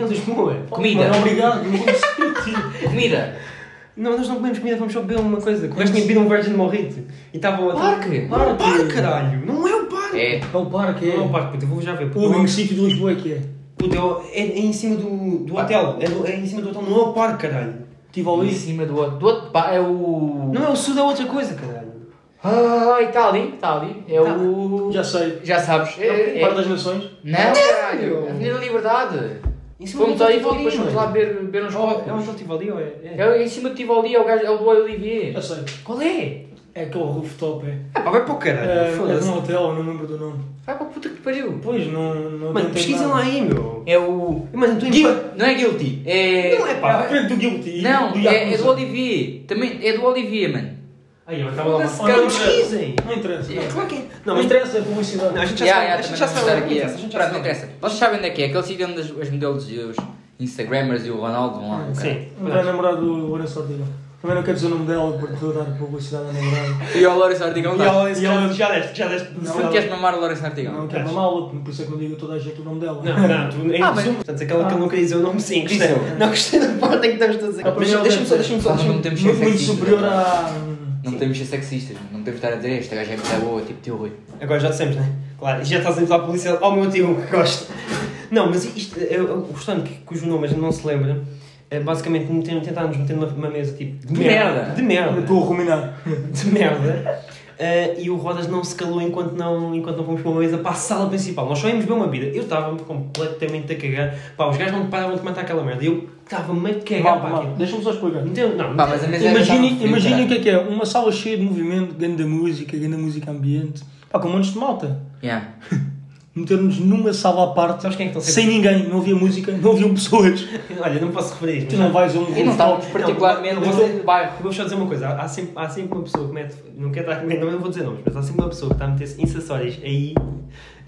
S3: Não, Lisboa.
S2: Comida.
S1: Mano, obrigado, não vou sentir.
S2: Comida.
S3: Não, nós não comemos comida, fomos só beber uma coisa. O gajo tinha bebido um Virgin Morrito e estava o outro.
S2: Parque.
S3: Não é o parque, caralho! Não é o parque!
S2: É.
S1: É o parque, é.
S3: Não é o parque, puto, eu vou já ver.
S1: O único sítio de Lisboa é que é.
S3: Puto, é o- é, é em cima do, do hotel. É, do- é em cima do hotel, não é o parque, caralho.
S1: Estive
S3: Tipo,
S2: Em
S1: ali.
S2: cima do outro. Do outro pá, é o.
S3: Não é o sul, é outra coisa, caralho.
S2: Ai, está ali, está ali. É o.
S1: Já sei.
S2: Já sabes. É, é-
S1: Parque das Nações.
S2: Não, caralho. Avenida da Liberdade.
S3: É Isso é
S2: Fomos ali, fomos depois fomos lá beber, beber uns
S3: Oh, tipo é
S2: copos.
S3: onde ele estive ali, ou é?
S2: É o- em cima do Tivoli, é o gajo, é o do Olivier.
S1: Já sei.
S3: Qual é?
S1: É aquele rooftop, é.
S3: Ah, pá, vai para o caralho.
S1: É, é de
S3: Foda-se.
S1: um hotel, não me lembro do nome.
S2: Vai para a puta que te pariu.
S1: Pois, não. não
S3: Mano,
S1: tentei
S3: pesquisa
S1: nada.
S3: lá aí, meu.
S2: É o.
S3: Mano, tu
S2: Guil-
S3: empa-
S2: Não é Guilty. É.
S3: Não é
S1: É à
S3: pá.
S1: frente do Guilty.
S2: Não, é, é do
S1: Yakuza.
S2: Olivier. Também é do Olivier, mano.
S3: Aí, eu estava lá.
S2: Foda-se,
S3: Olha,
S2: cara.
S3: pesquisem.
S1: Não interessa. não.
S3: Claro que é.
S1: Não,
S3: Não,
S1: mas
S3: mas
S1: interessa, é publicidade.
S3: Não, a gente já
S2: Já,
S3: sabe.
S2: já,
S3: A gente
S2: também
S3: já
S2: não vou estar
S3: sabe.
S2: aqui. é.
S3: A gente já
S2: Pronto, não
S3: sabe.
S2: interessa. Vocês sabem onde é que é? Aquele sítio onde as, os modelos e os Instagrammers e o Ronaldo vão lá. cara.
S3: Sim.
S1: Não vai namorar Um do Lourenço Ortega. Também não quero dizer o nome dela porque estou a dar publicidade à namorada.
S2: E ao Lourenço Artigão, tá?
S1: E ela-
S3: Já deste, já deste.
S2: Se não queres mamar o Lourenço Artigão.
S1: Não quero mamá-la, por isso é que não digo a toda a gente o nome dela.
S3: Não, não, tu em
S2: Ah,
S3: resumo.
S2: bem.
S3: Portanto, aquela que eu não queria dizer o nome, sim.
S2: Disse
S3: Gostei.
S2: eu.
S3: Não gostei da parte em que estamos todos aqui.
S1: Ah,
S3: Mas
S1: primeiro
S3: Deixa-me só,
S1: deve
S3: deixa-me só.
S2: Fala, não
S3: deixa-me-
S2: temos
S1: Muito,
S2: ser
S1: muito
S2: sexistas.
S1: superior à.
S2: Não podemos ser sexistas, não podemos estar a dizer esta gaja é muito boa, tipo teu Rui.
S3: Agora já dissemos, né? Claro, e já estás a usar a polícia ao meu tio que gosta. Não, mas isto, é, é, o restaurante que- cujo nome a gente não se lembra, é, basicamente meter- tentámos meter numa, numa mesa tipo
S2: De merda.
S3: De merda.
S1: Estou a ruminar.
S3: De merda. Eh, e o Rodas não se calou enquanto não, enquanto não fomos para uma mesa para a sala principal. Nós só íamos ver uma bebida. Eu estava completamente a cagar. Pá, os gajos não paravam de matar aquela merda. Eu estava meio a cagar
S1: Mal,
S3: para
S1: mal.
S3: aquilo.
S1: Deixa-me só explicar.
S3: Não, tem- não,
S2: Pá, mas a mesa é era
S1: Imaginem
S2: tão fria,
S1: imaginem o que
S2: caralho.
S1: é que é. Uma sala cheia de movimento, grande da música, grande da música ambiente. Pá, com um monte de malta.
S2: Yeah.
S1: Meter-nos numa sala à parte,
S3: Sabes quem é que estão
S1: sem ninguém, não havia música, não haviam pessoas.
S3: Olha, não posso referir isto.
S1: Tu
S3: mas
S1: não vais a um
S2: E não estávamos
S1: rooftop.
S2: particularmente
S3: não,
S2: no bairro.
S3: Vamos só dizer uma coisa, há sempre, há sempre uma pessoa que mete, não quero estar a comer, não eu vou dizer nomes, mas há sempre uma pessoa que está a meter-se acessórios aí,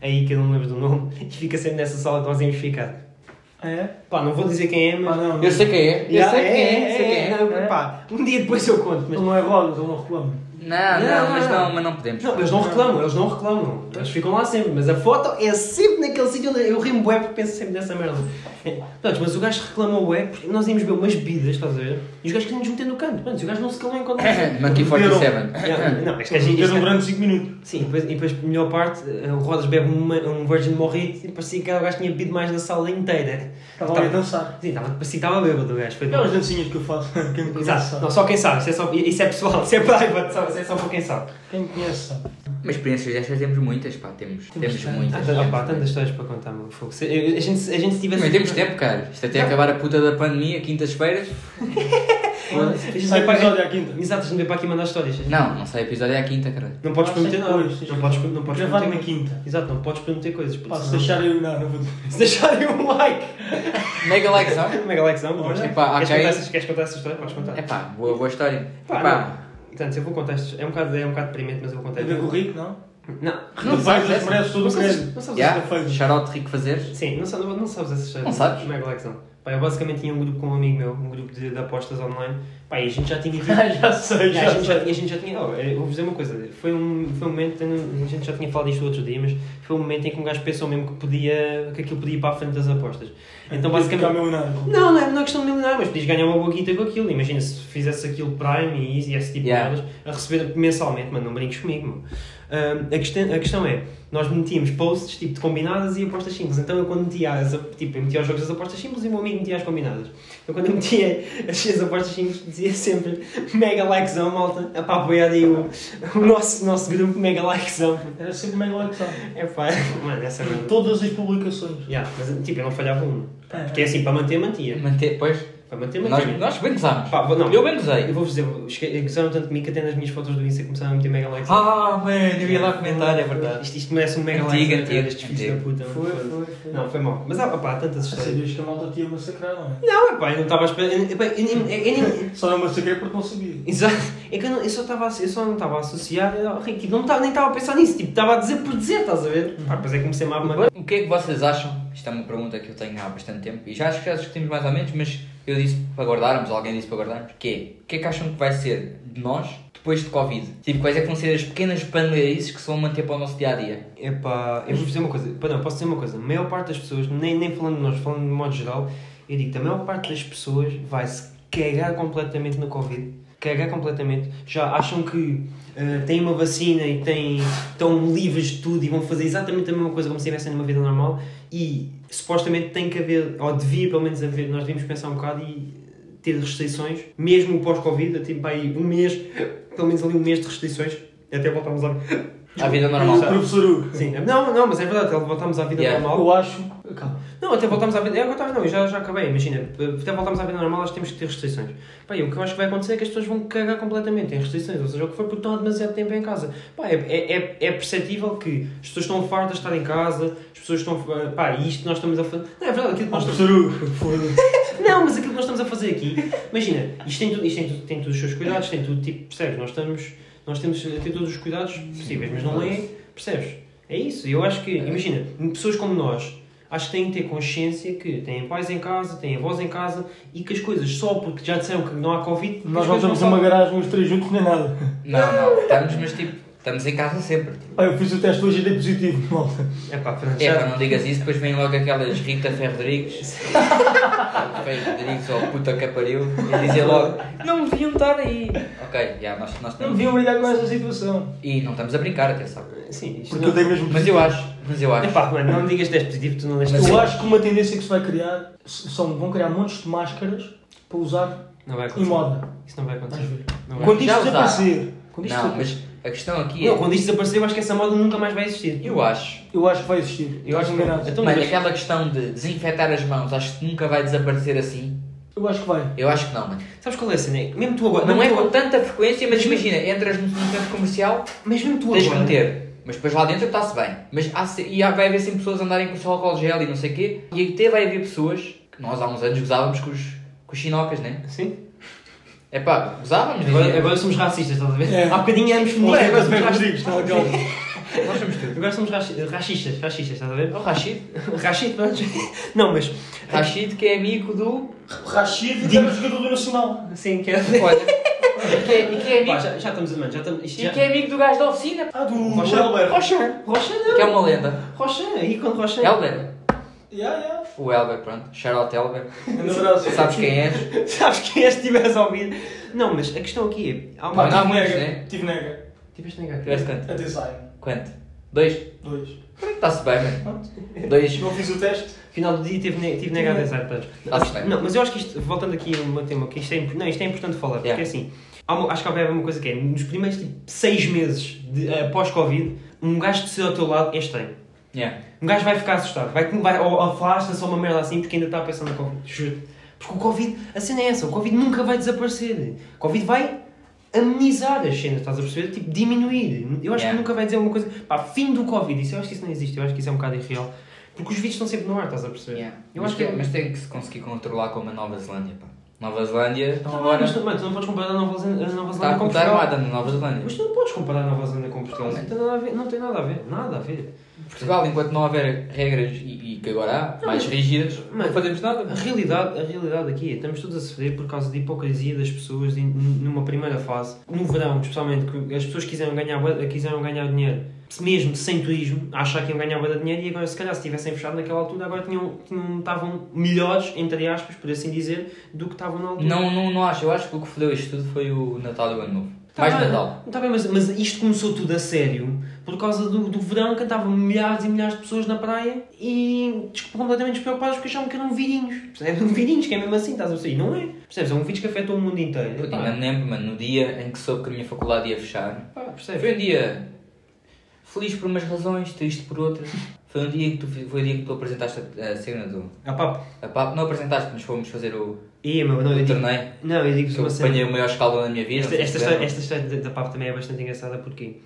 S3: aí que eu não me lembro do nome, e fica sempre nessa sala que nós íamos ficar.
S1: Ah, É?
S3: Pá, não vou dizer quem é,
S1: Ah,
S3: mas...
S1: não.
S2: Eu sei quem é, eu
S3: Yeah,
S2: sei quem é,
S3: é,
S2: sei quem
S3: é,
S2: é.
S3: não, pá, um dia depois eu conto, mas...
S1: Ele não é rodas, ele não reclama.
S2: Ah, Não, não, mas não, mas não podemos.
S3: Não, eles não reclamam, eles não reclamam. Eles ficam lá sempre, mas a foto é sempre naquele sítio onde eu rimo bué porque penso sempre nessa merda. É, Pronto, mas o gajo reclama bué porque nós íamos ver umas bebidas, estás a ver? E os gajos queriam nos meter no canto. Pronto, se o gajo não se calou enquanto
S2: Monkey 47.
S3: Yeah, Não, este gajo,
S1: Meteram
S3: este gajo-
S1: durante 5 minutos.
S3: Sim, depois, e depois, a melhor parte, eh, o Rodas bebe uma- um Virgin Morrito e parecia que o gajo tinha bebido mais na sala inteira.
S1: Estava ali a dançar.
S3: Sim, estava, parecia que estava bêbado o gajo. Foi de-
S1: Aquelas dancinhas que eu faço. Quem me conhece
S3: Exato, não,
S1: sabe.
S3: só quem sabe, isso é, só, isso é pessoal, isso é private, sabe? Isso é só para quem sabe.
S1: Quem me conhece sabe.
S2: Mas experiências destas temos muitas, pá, temos, temos
S1: tantas.
S2: muitas.
S3: Ah,
S2: temos
S3: tá- pá,
S2: muitas.
S3: tantas histórias para contar, meu fogo. Se, a, a gente, se a gente se tivesse.
S2: Mas temos tempo, cara. Isto
S3: Tá.
S2: até acabar a puta da pandemia, quintas-feiras.
S3: A gente
S1: Sai
S3: veio para
S1: episódio
S3: aqui.
S1: à quinta.
S3: Exato, a gente veio para aqui mandar histórias.
S2: Não, não sai episódio é à quinta, cara.
S3: Não podes
S1: Ah,
S3: prometer
S1: sim,
S3: nada.
S1: pois, sim.
S3: Não podes, não podes
S1: tá Gravado na
S3: prometer.
S1: quinta.
S3: Exato, não podes prometer coisas. porque
S1: Pá, se
S3: senão-
S1: deixarem eu nada, não vou dizer.
S3: se deixarem um like.
S2: Mega like só.
S3: Como é que Alex não? Podes-
S2: É pá,
S3: Queres
S2: ok.
S3: contar essas- queres contar essa história? Podes contar.
S2: É pá, boa, boa história.
S3: Pá,
S2: Pá,
S3: Portanto, eu vou contar isto. É um bocado, é um bocado deprimente, mas eu vou contar.
S1: Tem a ver com o Rico, não?
S3: Não.
S2: Não
S1: Tu
S2: sabes
S1: vais
S2: essa?
S1: expresso todo
S3: Não
S1: o
S3: sabes-
S1: crédito.
S3: não sabes
S2: Já?
S1: essa feira.
S2: Shoutout Rico Fazeres.
S3: Sim, não sabes, não sabes essas histórias.
S2: Não sabes?
S3: Como é que lá que são? Pá, eu basicamente tinha um grupo com um amigo meu, um grupo de, de apostas online. Pá, e a gente já tinha aqui.
S1: Ah, já sei,
S3: E a
S1: já
S3: gente já,
S1: sei.
S3: e a gente já tinha. Oh, eh, vou dizer uma coisa, foi um, foi um momento, em- a gente já tinha falado isto outro dia, mas foi um momento em que um gajo pensou mesmo que podia, que aquilo podia ir para a frente das apostas. Então
S1: Ficar
S3: basicamente.
S1: milionário.
S3: Não, não é, não é questão de milionário, mas podias ganhar uma boa guita com aquilo. Imagina se fizesse aquilo Prime e Easy, esse tipo
S2: Yeah.
S3: de merdas, a receber mensalmente, mano, não brinques comigo, meu. Ahm, a, questão, a questão é, nós metíamos posts tipo de combinadas e apostas simples. Então eu quando metia, as, tipo, eu metia os jogos das apostas simples e o meu amigo metia as combinadas. Então quando eu metia as, as apostas simples, dizia sempre mega likezão, malta, a para apoiar aí o, o nosso, nosso grupo, mega likezão.
S1: Era sempre meio like, sabe?
S3: É pá, mano, essa é merda.
S1: Todas as publicações.
S3: Yeah, mas tipo, eu não falhava um. Porque é assim, para manter, mantia.
S2: Manter, pois.
S3: Para manter,
S2: Nós,
S3: mantinha.
S2: nós bem gozámos.
S3: Pá, vou- não.
S2: Eu bem gozei.
S3: Eu vou-vos dizer, cheguei- gozaram tanto de mim que até nas minhas fotos do Insta começaram a meter mega likes.
S2: Ah, mano, eu ia lá comentar, é verdade.
S3: Isto, isto merece um mega
S2: Antiga,
S3: like.
S2: antiga,
S3: Estes filhos
S2: antiga.
S3: da puta. mano, foda-se. Não, então, foi mal. Mas há ah, pá, tantas histórias.
S1: Sabias que a malta te ia massacrar, não
S3: Não, é pá, eu não estava a esperar. Eu, eu, eu, nem- eu nem-
S1: é? Só não massacrei porque não sabia.
S3: Exato. É que eu, não, eu, só estava a- eu só não estava a associar. eu- Tipo, não estava, nem estava a pensar nisso. Tipo, estava a dizer por dizer, estás a ver? Pá, depois é que comecei a amar.
S2: O que é que vocês acham? Isto é uma pergunta que eu tenho há bastante tempo e já acho que já discutimos mais ou menos, mas eu disse para guardarmos, alguém disse para guardarmos, que é, o que é que acham que vai ser de nós depois de Covid? Tipo, quais é que vão ser as pequenas paneleirices que se vão manter para o nosso dia-a-dia?
S3: É pá, eu vou-vos dizer uma coisa. Pá, não, posso dizer uma coisa. A maior parte das pessoas, nem, nem falando de nós, falando de modo geral, eu digo que a maior parte das pessoas vai-se cagar completamente no Covid. Cagar completamente. Já acham que eh, têm uma vacina e têm, estão livres de tudo e vão fazer exatamente a mesma coisa como se estivessem numa vida normal e supostamente tem que haver, ou devia pelo menos haver, nós devíamos pensar um bocado e ter restrições, mesmo pós-Covid, tipo pá, aí um mês, pelo menos ali um mês de restrições, até voltarmos à,
S2: À vida
S1: O
S2: É normal.
S1: professor Hugo.
S3: Sim, não, não, mas é verdade, até voltámos à vida
S2: Yeah.
S3: normal.
S1: Eu acho. Calma.
S3: Não, até voltámos à vida. É, agora tá, não, eu já, já acabei, imagina. Até voltámos à vida normal, nós temos que ter restrições. Pá, e o que eu acho que vai acontecer é que as pessoas vão cagar completamente em restrições, ou seja, o que for, porque estão há demasiado tempo em casa. Pá, é, é, é, é perceptível que as pessoas estão fartas de estar em casa, as pessoas estão. eh, Pá, e isto nós estamos a fazer. Não, é verdade, aquilo que
S1: Ó,
S3: nós estamos.
S1: professor Hugo. Foda-se.
S3: Não, mas aquilo que nós estamos a fazer aqui, imagina, isto tem tudo, isto tem tudo, tem todos os seus cuidados, tem tudo, tipo, percebes? Nós estamos, nós temos a ter todos os cuidados possíveis, mas não é, percebes? É isso, eu acho que, imagina, pessoas como nós, acho que têm que ter consciência que têm pais em casa, têm avós em casa e que as coisas, só porque já disseram que não há Covid, que
S1: Nós
S3: as
S1: não
S3: coisas
S1: estamos
S3: são-
S1: numa garagem os três juntos nem nada.
S2: Não, não, estamos, mas tipo, estamos em casa sempre. tipo.
S1: Ah, eu fiz o teste hoje e dei positivo, malta.
S3: É pá, Fernando,
S2: É,
S3: já-
S2: pá, não digas isso, depois vem logo aquelas Rita Fé Rodrigues. Fé Rodrigues ou puta que pariu. E dizer logo, não deviam estar aí. Ok, já, nós, nós
S1: Não
S2: estamos.
S1: deviam brincar com essa situação.
S2: E não estamos a brincar, atenção.
S3: Sim, isto
S1: Porque
S3: não...
S1: eu dei mesmo
S2: Mas eu acho, mas eu acho.
S3: É pá, mano, não digas 10 positivo, tu não leste
S1: Eu
S3: positivo.
S1: acho que uma tendência que se vai criar s- são, vão criar montes de máscaras para usar
S3: Não vai
S1: em
S3: acontecer.
S1: moda.
S3: Isso não vai acontecer.
S1: Vais ver.
S3: Não é? vai.
S1: Quando
S2: Já
S1: isto
S2: usaram.
S1: desaparecer, quando isto
S2: Não,
S1: desaparecer,
S2: mas a questão aqui
S3: Não,
S2: é.
S3: quando isto desaparecer, eu acho que essa moda nunca mais vai existir.
S2: Eu acho.
S1: eu acho que vai existir.
S3: Eu acho que não.
S1: enganado.
S3: Então,
S2: Mano,
S3: mas-
S2: aquela questão de desinfetar as mãos, acho que nunca vai desaparecer assim.
S1: Eu acho que vai.
S2: Eu acho que não, mano.
S3: Sabes qual é a cena? É que Mesmo tu agora.
S2: Não
S3: mesmo
S2: é
S3: tu
S2: com
S3: agora-
S2: tanta frequência, mas imagina, entras num num centro comercial,
S3: Mas mesmo tu
S2: tens que
S3: agora.
S2: meter. Mas depois lá dentro está-se bem. Mas há, se- e há, vai haver sempre pessoas a andarem com o seu álcool gel e não sei o quê. E até vai haver pessoas que nós há uns anos gozávamos com os, com os chinocas, né?
S3: Sim.
S2: É pá, gozávamos.
S3: Agora,
S2: dizia.
S3: agora somos racistas, estás a ver?
S1: É.
S3: Há bocadinho éramos
S1: Olha,
S3: feministas, agora somos racistas.
S1: Rodrigues, está legal.
S2: Nós somos tudo.
S3: Agora somos raci- racistas, racistas, estás a ver?
S2: É O Rashid.
S3: Rachid, pronto. Não, mas.
S2: Rashid que é amigo do.
S1: Rashid era jogador do Nacional.
S3: Sim, que é.
S2: Olha. E que é, e que é
S3: Pá,
S2: amigo.
S3: já, já estamos a mano, já estamos. Isto
S2: E
S3: já.
S2: que é amigo do gajo da oficina.
S1: Ah, do
S3: Rocha.
S1: Elber.
S3: Rocha! Rocha não!
S2: Que é uma lenda.
S3: Rocha! E quando Rocha.
S2: Elber.
S1: Yeah, yeah.
S2: O Elber, pronto. Shoutout Elber.
S1: Um abraço.
S2: Sabes quem és?
S3: Sabes quem é se tivesse ouvido? Não, mas a questão aqui é. Há
S2: Pá,
S3: uma.
S2: não há
S1: Tive
S2: muitos,
S1: nega.
S2: né?
S1: Tive nega.
S3: Tiveste negado.
S2: Tiveste quanto?
S1: Atenção.
S2: Quanto? Dois?
S1: Dois.
S2: Está-se bem, mano. Dois.
S1: Não fiz o teste.
S3: Final do dia tive, ne tive negado a exato, pronto.
S2: Está-se bem.
S3: Não, mas eu acho que isto, voltando aqui a um tema, que isto é, imp- não, isto é importante falar, porque
S2: Yeah.
S3: assim, há uma- acho que há uma coisa que é, nos primeiros tipo, seis meses de- após Covid, um gajo que se ao teu lado é estranho.
S2: Yeah.
S3: Um gajo vai ficar assustado, vai, vai ou afasta-se ou uma merda assim porque ainda está pensando no Covid. Juro. Porque o Covid, a cena é essa, o Covid nunca vai desaparecer. O Covid vai amenizar as cenas, estás a perceber? Tipo, diminuir. Eu acho
S2: Yeah.
S3: que nunca vai dizer uma coisa, pá, fim do Covid, isso eu acho que isso não existe, eu acho que isso é um bocado irreal. Porque os vídeos estão sempre no ar, estás a perceber?
S2: Yeah.
S3: Eu
S2: mas,
S3: acho que é um-
S2: tem- mas tem que se conseguir controlar como a Nova Zelândia, pá. Nova Zelândia estão
S3: Tá bem,
S2: agora.
S3: mas tu, mano, tu não podes comparar a Nova Zelândia, a Nova
S2: Está
S3: Zelândia
S2: a
S3: com
S2: contar
S3: Portugal.
S2: armada na Nova Zelândia.
S3: Mas tu não podes comparar a Nova Zelândia com Portugal. Não tem nada a ver. Não tem nada a ver. Nada a ver.
S2: Portugal, enquanto não houver regras e, e que agora há mais
S3: mas-
S2: rígidas,
S3: mas-
S2: não fazemos
S3: A
S2: nada.
S3: realidade, a realidade aqui é estamos todos a sofrer por causa da hipocrisia das pessoas em- numa primeira fase, no verão, especialmente, que as pessoas quiseram ganhar, bué- quiseram ganhar dinheiro, se mesmo sem turismo, a achar que iam ganhar bué de dinheiro e agora, se calhar, se tivessem fechado naquela altura, agora tinham, tinham, estavam melhores, entre aspas, por assim dizer, do que estavam na altura.
S2: Não, não, não acho. Eu acho que o que fodeu isto tudo foi o Natal e o Ano Novo.
S3: Tá
S2: mais
S3: bem,
S2: Natal.
S3: Tá bem, mas, mas isto começou tudo a sério por causa do, do verão que andavam milhares e milhares de pessoas na praia e des- completamente despreocupadas porque achavam que eram virinhos. Percebes? Um virinhos, que é mesmo assim, estás a perceber? E não é. Percebes? É um vírus que afeta o mundo inteiro.
S2: Eu
S3: Epá,
S2: ainda me lembro, mano, no dia em que soube que a minha faculdade ia fechar,
S3: pá, percebes?
S2: Foi um dia feliz por umas razões, triste por outras. Foi um dia em que tu, foi o dia em que tu apresentaste a, a cena do.
S3: Ah, pá.
S2: A papo, não apresentaste, mas fomos fazer o,
S3: E, meu, não,
S2: o
S3: eu digo,
S2: torneio.
S3: não, eu digo
S2: Que eu
S3: uma cena.
S2: apanhei o maior escalão da minha vida. não
S3: Esta,
S2: sei se
S3: esta, história,
S2: lembram.
S3: esta história da- da PAP também é bastante engraçada porque,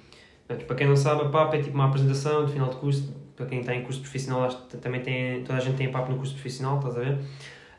S3: portanto, para quem não sabe, a PAP é tipo uma apresentação de final de curso, para quem está em curso profissional, acho que também tem, toda a gente tem a PAP no curso profissional, estás a ver?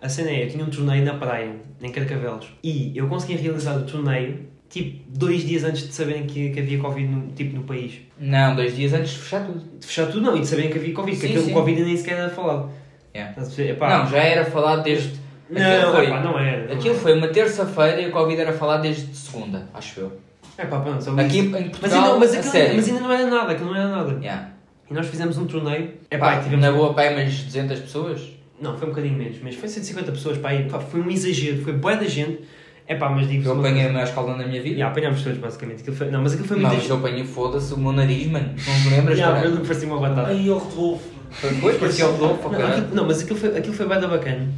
S3: A cena é, eu tinha um torneio na praia, em Carcavelos, e eu consegui realizar o torneio, tipo, dois dias antes de saberem que, que havia Covid no, tipo, no país.
S2: Não, dois dias antes de fechar tudo.
S3: De fechar tudo não, e de saberem que havia Covid,
S2: Sim,
S3: porque aquele
S2: sim.
S3: Covid nem sequer era falado.
S2: Yeah.
S3: Estás a perceber? Epá,
S2: Não, já era falado desde.
S3: não,
S2: aquilo foi,
S3: epá, não era. Não
S2: aquilo
S3: era.
S2: foi uma terça-feira e a Covid era falado desde segunda, acho eu.
S3: Epá, é pronto, só
S2: Aqui
S3: isso.
S2: em Portugal,
S3: mas, ainda, mas,
S2: a
S3: aquilo-
S2: sério.
S3: mas ainda não era nada, aquilo não era nada.
S2: Yeah.
S3: E nós fizemos um torneio. É
S2: Pá,
S3: pá, e tivemos.
S2: Na boa, pai, umas 200 pessoas.
S3: Não, foi um bocadinho menos, mas foi 150 pessoas, pá, e, pá, foi um exagero, foi boa da gente. É pá, mas digo-vos.
S2: Eu
S3: uma
S2: apanhei o
S3: coisa.
S2: maior escalão da minha vida.
S3: Ya, apanhámos todos, basicamente. Aquilo foi... Não, mas aquilo foi
S2: Não,
S3: muito.
S2: mas eu apanhei, foda-se, o meu nariz, mano. Não te lembras?
S3: Ya,
S2: caralho?
S3: eu parecia uma batata.
S1: Aí eu revolvo.
S2: Depois parecia o Rodolfo,
S3: Não,
S2: caralho.
S3: aquilo- não, mas aquilo foi, aquilo foi bué da bacana.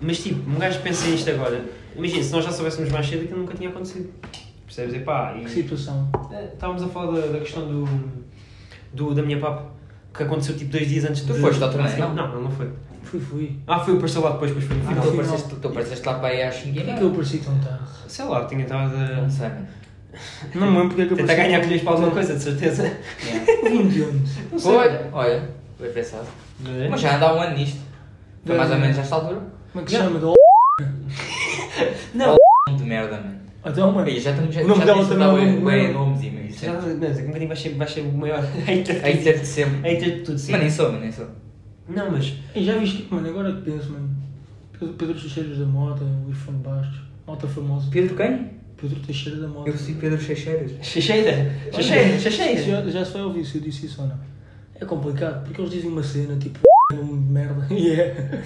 S3: Mas tipo, um gajo pensa nisto agora. Imagina, se nós já soubéssemos mais cedo, aquilo nunca tinha acontecido. Percebes? Epá,
S1: Que
S3: e
S1: situação.
S3: É, Estávamos a falar da, da questão do, do. da minha papa, que aconteceu tipo dois dias antes
S2: Tu
S3: de.
S2: foste ao torneio,
S3: Não,
S2: não?
S3: não, não foi.
S1: Fui, fui.
S3: Ah, foi o parcelado depois, depois foi no
S2: Ah,
S3: final.
S2: tu
S1: Afinal.
S2: apareceste- Tu apareceste lá para aí às 5
S1: Porquê é que eu apareci tão tarde?
S3: Sei lá, tinha estado
S2: Não
S3: a.
S2: sei, mano.
S1: Não me lembro porque é que eu
S3: Tentar
S1: apareci.
S3: ganhar colheres para alguma coisa, de certeza.
S2: Yeah.
S1: Vim de onde?
S3: Não sei. É.
S2: Olha, olha, bem pensado. Mas
S3: Mas
S2: já anda há um ano nisto. Foi
S3: É.
S2: mais ou menos nesta altura.
S1: Como é que se
S3: Yeah.
S1: chama? Do...
S2: De merda, mano.
S1: Então, mano.
S2: Aí já estamos já
S1: O nome
S2: já
S1: dela
S2: tens de
S1: também
S2: dar
S1: é um
S2: bué-
S1: nome
S2: bué
S1: meu.
S2: nomes e meio.
S3: já, mas um bocadinho vais ser, vais ser o maior hater.
S2: Hater de sempre.
S3: hater de tudo, sim.
S2: Mas nem sou, mas nem sou.
S3: Não, mas.
S1: E já viste que, mano, agora que penso, mano. Pedro, Pedro Teixeira da Mota, o Irfan Bastos, Mota famosa.
S2: Pedro quem?
S1: Pedro Teixeira da Mota.
S2: Eu sou Pedro Checheiras.
S3: Checheira! Checheira! Checheira!
S1: Já, já se vai ouvir se eu disse isso ou não. É complicado, porque eles dizem uma cena tipo. é um de merda. E é.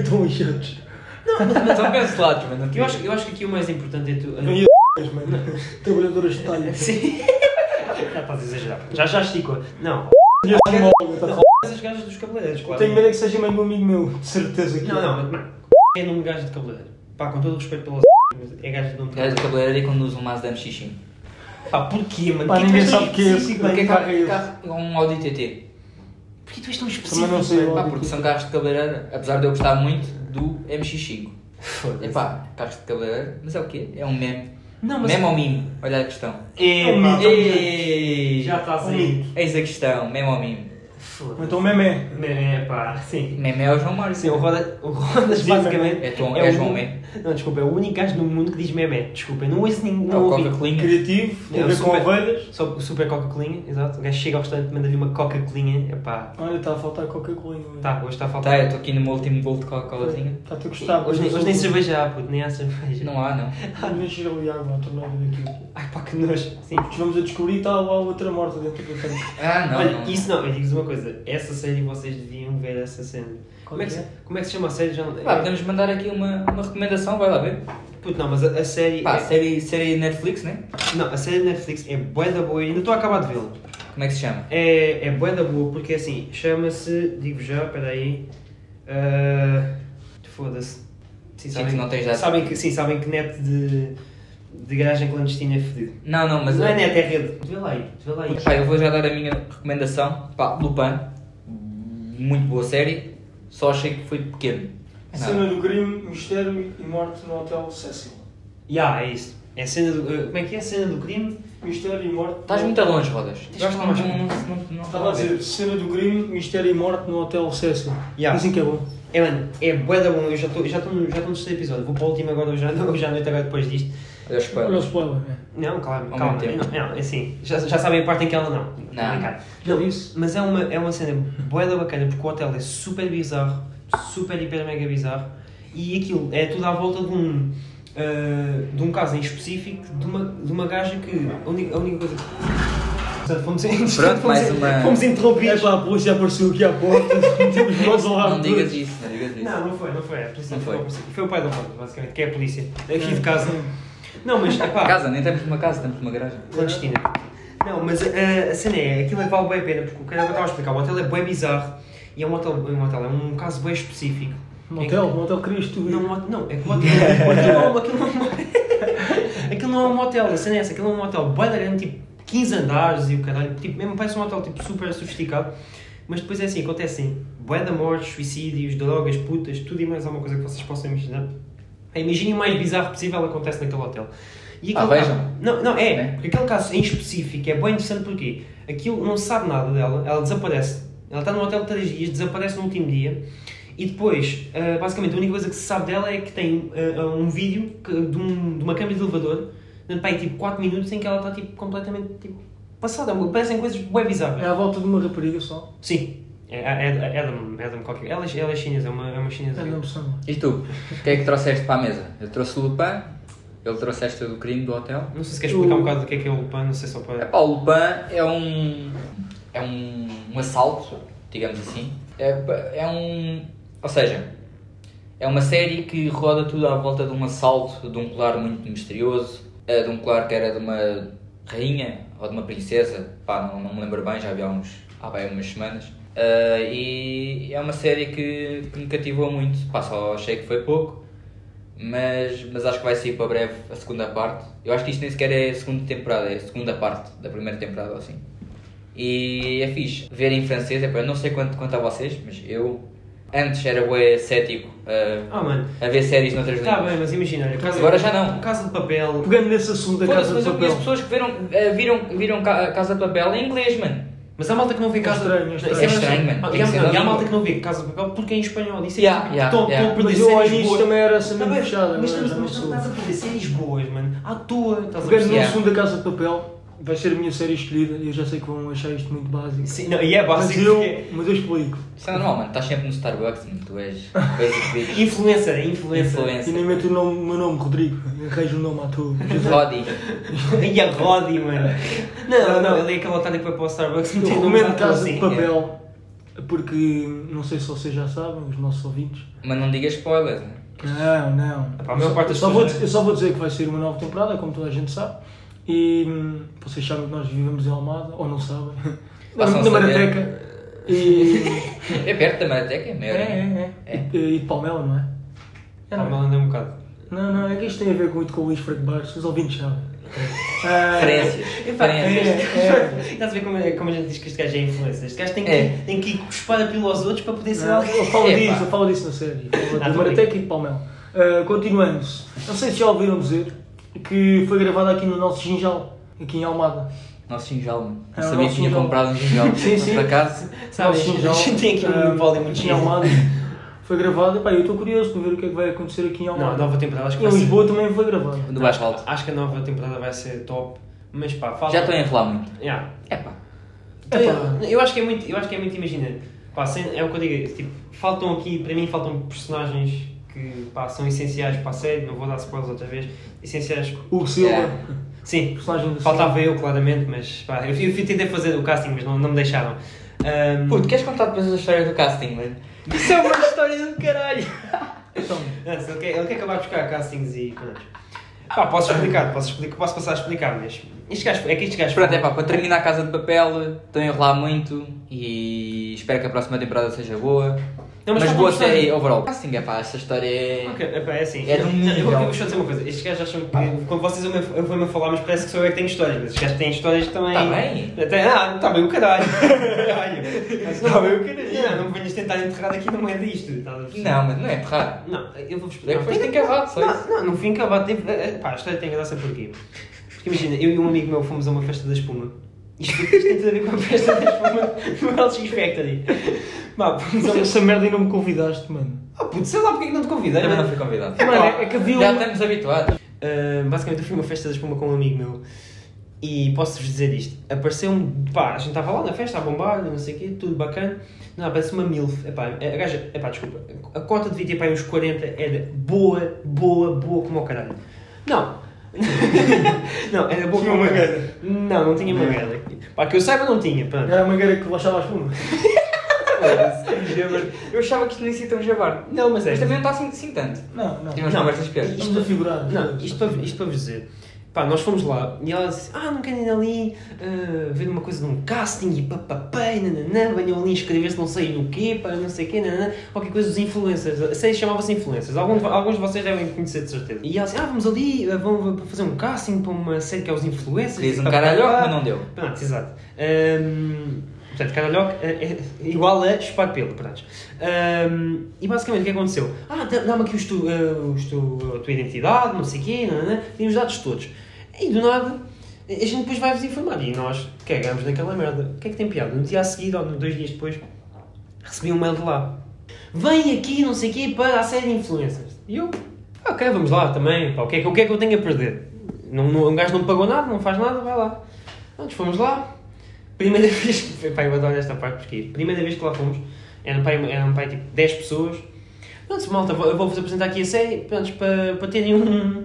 S1: Estão enxertos.
S2: São cancelados, mano.
S3: Eu acho, eu acho que aqui o mais importante é tu.
S1: E é. mano. Trabalhadoras de talha.
S3: Sim! já estás a exagerar. Já, já esticou. Não. Mas as gajas dos cabeleireiros, claro.
S1: Tenho medo é que seja mesmo amigo meu, de certeza que
S3: Não,
S1: é.
S3: não, mas. É num gajo de cabeleireiro. Pá, com todo o respeito pela. Mas é gajo de nome de
S2: Gajo de
S3: cabeleireiro.
S2: cabeleireiro e conduz um Mazda MX-5.
S3: Pá, porquê, mano?
S1: Pá,
S3: Porquê
S1: ninguém
S3: tu és tão
S1: sabe o que é esse, mano.
S3: específico, mano?
S2: Porque é
S1: carro é
S2: carro,
S1: esse?
S2: carro, um Audi TT.
S3: Porquê tu és tão específico?
S1: Também não sei
S3: mano?
S1: lá.
S2: Pá, porque são carros de cabeleireiro, apesar de eu gostar muito do MX-5.
S3: Foda-se.
S2: Epá, carros de cabeleireiro, mas é o quê? É um meme.
S3: Não, mas.
S2: Meme ou mime? Olha a questão.
S3: É,
S1: Não,
S3: pá,
S1: Então,
S2: Ei,
S3: já tá assim. estás aí.
S2: Eis a questão, meme ou mime?
S3: Foda-se.
S1: Então, meme.
S2: Né,
S3: É, pá, sim.
S2: Meme é o João Mário.
S3: Sim, o Roda- o Rodas
S1: Diz
S3: basicamente.
S2: É Tom- é
S3: o
S2: João
S3: único-
S2: Mé.
S3: Não, desculpa, é o único gajo no mundo que diz memé. Desculpa, eu não ouço ninguém.
S2: É o
S3: Não ouvi.
S2: Coca Colinha.
S1: Criativo,
S3: É,
S1: tem a ver com
S3: super-
S1: ovelhas.
S3: Só o super Coca-Colinha, exato. O gajo chega ao restaurante, manda-lhe uma Coca-Colinha. É pá,
S1: Olha, está a faltar qualquer colinha.
S3: tá, hoje está a faltar.
S2: Tá, eu estou aqui no meu último gol de Coca-Colazinha.
S1: Está-te a gostar.
S3: hoje, nem- hoje nem cerveja há, puto, nem há cerveja.
S2: Não há, não.
S1: Vamos encher ali água à torneira daqui.
S3: Ai pá, que nojo. Sim.
S1: Vamos a descobrir que está lá outra morta dentro do tanque.
S2: Ah, não.
S3: Olha,
S2: não.
S3: isso não, eu digo-vos uma coisa. Essa série vocês deviam ver essa cena. Como é, que, se- como é que se chama a série? Já... não-
S2: Pá, podemos mandar aqui uma, uma recomendação, vai lá ver.
S3: Puto, não, mas a, a série.
S2: Pá,
S3: é-
S2: série, série Netflix, né?
S3: Não, a série da Netflix é bué da boa, ainda estou a acabar de vê-la.
S2: Como é que se chama?
S3: É, é bué da boa porque assim, chama-se, digo já, peraí. Uh, Foda-se. Sim,
S2: Sim, tu não tens data.
S3: sabem que Sim, sabem que net de, de garagem clandestina é fedido.
S2: Não, não, mas.
S3: não é net, é rede. Vê lá aí, vê lá aí.
S2: Pá, eu vou já dar a minha recomendação. Pá, Lupin. Muito boa série. Só achei que foi pequeno. É nada.
S1: Cena do crime, mistério e morte no Hotel Cecil.
S3: Ya, é isso. É a cena do. eh, como é que é a cena do crime?
S1: Mistério e morte.
S2: Estás muito longe, Rodas.
S3: Tens que falar mais.
S2: não, não, não, não,
S1: Estava a dizer, cena do crime, mistério e morte no Hotel Cecil.
S3: Yeah.
S1: Dizem que é bom.
S3: É, mano, é bué da bom. Eu já estou já tô no já tô no terceiro episódio. Vou para o último agora hoje à hoje à noite, agora depois disto.
S2: Olha o
S1: Olha o
S2: spoiler.
S1: spoiler. é.
S3: Não, calma,
S2: Ao
S3: calma.
S2: mesmo
S3: Não, não, é assim, já, já sabem a parte em que ela não.
S2: Não.
S3: Complicado. não isso. Mas é uma, é uma cena bué da bacana, porque o hotel é super bizarro, super, hiper, mega bizarro, e aquilo é tudo à volta de um... ah, de um caso em específico de uma, de uma gaja que a única, a única coisa que... Portanto, fomos, em-
S2: Pronto, mais
S3: fomos em-
S2: uma.
S1: Fomos interrompidos. É pá, a polícia apareceu aqui à porta. Temos nós ao lado.
S2: Não digas isso, não digas isso.
S3: Não, não foi, não foi. A polícia
S2: Não foi.
S3: ficou
S2: Ah.
S3: a perseguir. foi. o pai do Paulo, basicamente, que é a polícia. Aqui de casa. Não, mas, epá...
S2: Casa, nem estamos numa casa, estamos numa garagem.
S3: clandestina. Não, mas ah, a cena é, aquilo é que vale bem a pena, porque o que eu estava a explicar, o hotel é bem bizarro e é um hotel, um hotel é um caso bem específico. É
S1: Um hotel, um hotel Cristo.
S3: Não, um hot- não, é que o hotel, aquilo não é um- aquilo não é um- aquilo não é um motel, a cena é essa, aquilo é um hotel bem grande, tipo 15 andares e o caralho, tipo, mesmo parece um hotel tipo, super sofisticado, mas depois é assim, acontecem bué de mortes, suicídios, drogas, putas, tudo e mais alguma coisa que vocês possam imaginar. Imaginem o mais bizarro possível acontece naquele hotel. E
S2: Ah,
S3: aquele
S2: vejam.
S3: caso- Não, não, é,
S2: É.
S3: porque aquele caso em específico é bem interessante porque aquilo não se sabe nada dela, ela desaparece. Ela está no hotel 3 dias, desaparece no último dia e depois, ah, basicamente, a única coisa que se sabe dela é que tem ah, ah, um vídeo que- de, um- de uma câmara de elevador, de, pá, aí, tipo 4 minutos, em que ela está tipo, completamente tipo, passada. Parecem coisas bem bizarras.
S1: É à volta de uma rapariga só.
S3: Sim, é, é, é, Adam, Adam qualquer. Ela, é- ela é chinesa, é uma, é uma chinesa.
S1: É não são.
S2: E tu? O que é que trouxeste para a mesa? Eu trouxe o Lupin, ele trouxe esta do crime do hotel.
S3: Não sei se queres explicar um bocado do que é que é o Lupin, não sei só para.
S2: Epá, o Lupin é um. é um, um assalto, digamos assim. É, é um. Ou seja, é uma série que roda tudo à volta de um assalto, de um colar muito misterioso, eh, de um colar que era de uma rainha ou de uma princesa, pá, não, não me lembro bem, já vi há, uns, há bem umas semanas. Eh, e é uma série que, que me cativou muito, pá, só achei que foi pouco, mas, mas acho que vai sair para breve a segunda parte. Eu acho que isto nem sequer é a segunda temporada, é a segunda parte da primeira temporada ou assim. E é fixe ver em francês, epá, eu não sei quanto, quanto a vocês, mas eu antes era bué cético eh,
S3: Ah, mano.
S2: a ver séries noutras
S3: Está
S2: línguas.
S3: bem, mas imagina, olha, casa
S2: é. Então Agora já não.
S3: Casa de papel.
S1: Pegando nesse assunto da casa
S2: Foda-se, mas
S1: de
S2: eu conheço
S1: papel.
S2: pessoas que viram, eh, viram, viram Ca- Casa de Papel em inglês, mano.
S3: Mas há malta que não vê
S1: É
S3: casa
S1: estranho, é
S3: Não,
S1: estranho.
S3: isso
S2: É estranho, mano.
S3: Ah,
S2: Tem
S3: E há,
S2: que ser da
S3: e há
S2: língua.
S3: malta que não vê casa de papel porque é em espanhol. Isso é
S2: Yeah,
S3: que
S2: yeah,
S3: estão-
S2: yeah.
S3: estão a perder
S1: Mas eu ao
S3: séries
S1: início
S3: boas.
S1: também era essa
S3: é Tá
S1: mesmo
S3: bem,
S1: fechada.
S3: Mas
S1: não
S3: estamos-
S1: era
S3: mas tu
S1: uma
S3: estás a
S1: pessoa.
S3: perder séries boas, mano. À toa. Estás a
S1: Pegando no
S3: perceber?
S2: Yeah.
S1: assunto da casa de papel, vai ser a minha série escolhida. e Eu já sei que vão achar isto muito básico.
S3: Sim, não, e é
S1: Mas
S3: básico.
S1: eu,
S3: porque
S1: mas eu explico.
S2: Isso é normal, mano. Estás sempre no Starbucks, mano. Tu és basic
S3: é-
S2: bitch.
S3: Influencer, é influencer.
S1: E nem
S2: Influencer.
S1: meto o nome- o meu nome, Rodrigo. Arranjo o nome à toa. José.
S2: Roddy.
S3: e a Roddy, mano. Não, não, ele é aquele otário que foi para o Starbucks.
S1: Eu
S3: meter no
S1: recomendo
S3: prato
S1: Casa
S3: assim.
S1: de Papel porque não sei se vocês já sabem, os nossos ouvintes.
S2: Mas não digas spoilers, né?
S1: Não, não.
S3: Epá, a maior parte
S1: eu,
S3: das
S1: só
S3: pessoas
S1: vou
S3: não-
S1: dizer, eu só vou dizer que vai ser uma nova temporada, como toda a gente sabe. E hum, vocês sabem que nós vivemos em Almada, ou não sabem.
S2: Passam a
S1: na
S2: saber.
S1: Marateca. E,
S2: É perto da Marateca, é maior. né?
S1: e, e de Palmela, não é? É,
S3: Ah,
S1: não é?
S3: mas anda um bocado.
S1: Não, não, é que isto tem a ver muito com o Luís Franco Bastos, os ouvintes sabem. Ah,
S2: Referências. Referências.
S1: É, é.
S3: Estás a ver como, é- como a gente diz que este gajo é influencer? Este gajo tem que,
S2: É.
S3: tem que ir cuspar a pila aos outros para poder ser
S1: Não,
S3: alguém.
S1: ah, eu falo
S2: Epá.
S1: disso, eu falo disso na série. Eu falo
S3: Ah,
S1: do
S3: tá bem.
S1: Marateca e de Palmel. Ah, continuando, não sei se já ouviram dizer que foi gravada aqui no nosso Ginjal, aqui em Almada.
S2: Nosso gingal, mano.
S1: É,
S2: Não
S1: o
S2: sabia
S1: nosso
S2: que tinha
S1: gingal.
S2: comprado um gingal.
S1: Sim, sim.
S2: Por acaso.
S3: Sabes,
S1: Nosso
S3: a gente tem aqui um
S1: ah,
S3: monopólio muito
S1: Aqui em
S3: grande.
S1: Almada foi gravada. Pá, eu estou curioso para ver o que é que vai acontecer aqui em
S3: Não, a
S1: Almada.
S3: nova temporada acho que
S1: E em
S3: vai ser-
S1: Lisboa também foi gravada.
S2: Do baixo alto.
S3: Acho que a nova temporada vai ser top. Mas pá, fala.
S2: Já estou a enrolar muito.
S3: Yeah.
S2: É pá.
S1: É pá.
S3: Eu- Eu acho que é muito, eu acho que é muito imagina. Pá, sem- é o que eu digo, tipo, faltam aqui, para mim faltam personagens que pá, são essenciais para a série, não vou dar spoilers outra vez. Essenciais.
S1: Hugo Silva,
S2: Yeah.
S3: Sim,
S1: personagem do
S3: faltava eu claramente, mas pá, eu, eu tentei fazer o casting, mas não, não me deixaram. Ahm,
S2: Puto, queres contar depois a história do casting, mano? Isso é uma história do caralho.
S1: Então,
S3: Não, se ele, quer, ele quer acabar de buscar castings e pronto. Pá, posso explicar, posso, explicar, posso passar a explicar, mas. Este gajo, é que este gajo.
S2: Pronto, é pá, para terminar a Casa de Papel, estou a enrolar muito e espero que a próxima temporada seja boa.
S3: Não, mas
S2: mas
S3: falta
S2: boa
S3: uma história.
S2: série overall. Casting, é pá, esta história é.
S3: Ok, epá, é assim.
S2: É de um
S3: Não, eu,
S2: nível.
S3: eu vou só dizer uma coisa. Estes gajos acham que. Quando vocês ouvem- eu vou-me falar, mas parece que sou eu que tenho histórias. Mas estes gajos têm histórias também.
S2: Tá bem.
S3: Até, ah, está bem o caralho. Caralho. Está bem o caralho. Não, não me venhas tentar enterrar aqui no meio disto. estás a perceber?
S2: Não, mas não é errado.
S3: Não, eu vou-vos
S2: É que foste encavado, só isso.
S3: Não, não, não fui encavado. Teve, eh, eh, pá, a história tem graça porquê? Porque imagina, eu e um amigo meu fomos a uma festa da espuma. Isto, isto tem tudo a ver com a festa da espuma no LX é Factory. Pá, por
S1: Mas
S3: exemplo,
S1: então, essa merda e não me convidaste, mano.
S3: ah, puto, sei lá porque é que não te convidei.
S2: Também
S3: mano.
S2: não fui convidado.
S3: É,
S1: Mano,
S3: pá.
S1: é, é que havia um-
S2: Já estamos habituados.
S3: Uh, basicamente eu fui a uma festa da espuma com um amigo meu e posso-vos dizer isto, apareceu-me, pá, a gente estava lá na festa a bombar, não sei o quê, tudo bacana, não, aparece uma milf, epá, a gaja, epá, desculpa, a cota devia ter pá, uns 40, era boa, boa, boa como ao caralho. Não, não, era boa
S1: Tinha
S3: como ao
S1: uma
S3: caralho.
S1: grana.
S3: Não, não tinha uma grana. Pá, que eu saiba não tinha, pronto.
S1: Era uma guerra que baixava a espuma.
S2: Eu achava que isto não ia ser tão jabar.
S3: Não, mas é.
S2: Mas também não está assim, assim tanto.
S1: Não, não.
S2: Tivemos
S3: Não.
S2: conversas piores.
S1: Estamos a figurar. é?
S3: Não, isto para, isto para vos dizer. Pá, nós fomos lá e ela disse: Ah, não querem ir ali ah, ver uma coisa de um casting e papapá, e nananã, venham ali inscrever-se não sei no quê, para não sei o quê, nananã, qualquer coisa dos influencers. Sei, chamava-se influencers. Alguns, alguns de vocês devem conhecer de certeza. E ela disse: Ah, vamos ali, ah, vamos fazer um casting para uma série que é os influencers.
S2: Querias
S3: e
S2: um
S3: papapá."
S2: caralhoque, mas não deu.
S3: Pronto, exato. Ahm, portanto, caralhoque é, é igual a chupar pelo, pronto. Ahm, e basicamente o que aconteceu? Ah, dá- dá-me aqui os tu, ah, os tu- a tua identidade, não sei o quê, não, não, e os dados todos. E do nada, a gente depois vai-vos informar. E nós cagamos naquela merda. O que é que tem piada? No dia a seguir, ou no- dois dias depois, recebi um mail de lá. Vem aqui, não sei o quê, para a série de influencers. E eu, "Ah, ok, vamos lá também. pá, o, que é, que- o que é que eu tenho a perder? Não, não, um gajo não me pagou nada, não faz nada, vai lá. Pronto, fomos lá. Primeira vez que... Epá, eu adoro esta parte porque é Primeira vez que lá fomos, eram pai, eram pai tipo 10 pessoas. Pronto, malta, vou- eu vou-vos apresentar aqui a série, pronto, para, para terem um...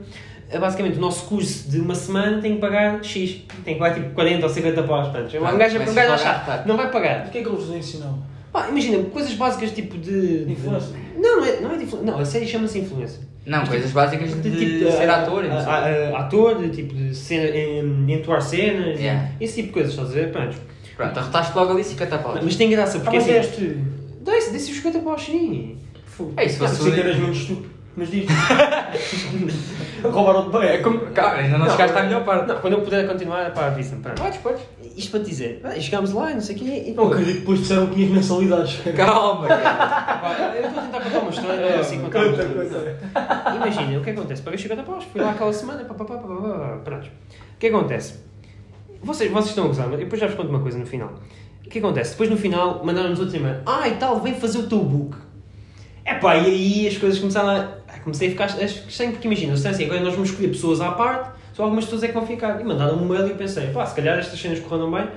S3: Basicamente, o nosso curso de uma semana tem que pagar X. Tem que pagar tipo 40 ou 50 paus, portanto. Um gajo,
S2: vai-se
S3: um gajo
S2: pagar,
S3: achar,
S2: claro.
S3: não vai pagar.
S1: O que é que eles nos ensinavam?
S3: Pá, imagina, coisas básicas tipo de. de-
S1: Influencer.
S3: Não, não é, não é de influencer. Não, a série chama-se influencer.
S2: Não, coisas básicas de,
S3: ah,
S2: ser ator. e
S3: ah,
S2: não sei.
S3: ah, ator, de tipo de cena, em- entoar cenas,
S2: Yeah.
S3: esse tipo de coisas, estás a ver? Pronto.
S2: Pronto, arrotaste logo ali 50 paus.
S3: ah. Mas tem graça,
S1: Ah,
S3: porque
S1: mas
S3: assim.
S1: deste.
S3: Dá-se dá-se os 50 paus, sim.
S1: Fogo.
S2: É, se fosse
S1: Sei que
S2: o-
S3: um-
S1: eras muito estúpido. Mas diz. Roubaram-te bem.
S2: É como. Cara, ainda não, chegaste à melhor parte.
S3: Não, quando eu puder continuar, pá, avisa-me. Pronto.
S2: Podes, podes.
S3: Isto para te dizer, pá, chegámos lá e não sei o quê. E,
S1: Não acredito que depois disseram que tinhas mensalidades.
S2: Calma, cara.
S3: Pá, eu estou a tentar contar uma história,
S2: É,
S3: não consigo contar uma
S1: Tanta
S3: história.
S1: coisa.
S3: Imagina, o que acontece? Paguei 50 paus, fui lá aquela semana, pá, pá, pá, pá, pá, pá, pronto. O que acontece? Vocês, vocês estão a gozar, mas depois já vos conto uma coisa no final. O que acontece? Depois no final mandaram-nos outro e-mail. Ah, e tal, vem fazer o teu book. Epá, e aí as coisas começaram a... ah, Comecei a ficar estranho, porque imagina, se assim, agora nós vamos escolher pessoas à parte, só algumas pessoas é que vão ficar. E mandaram um e-mail e eu pensei, pá, se calhar estas cenas correram bem, ah,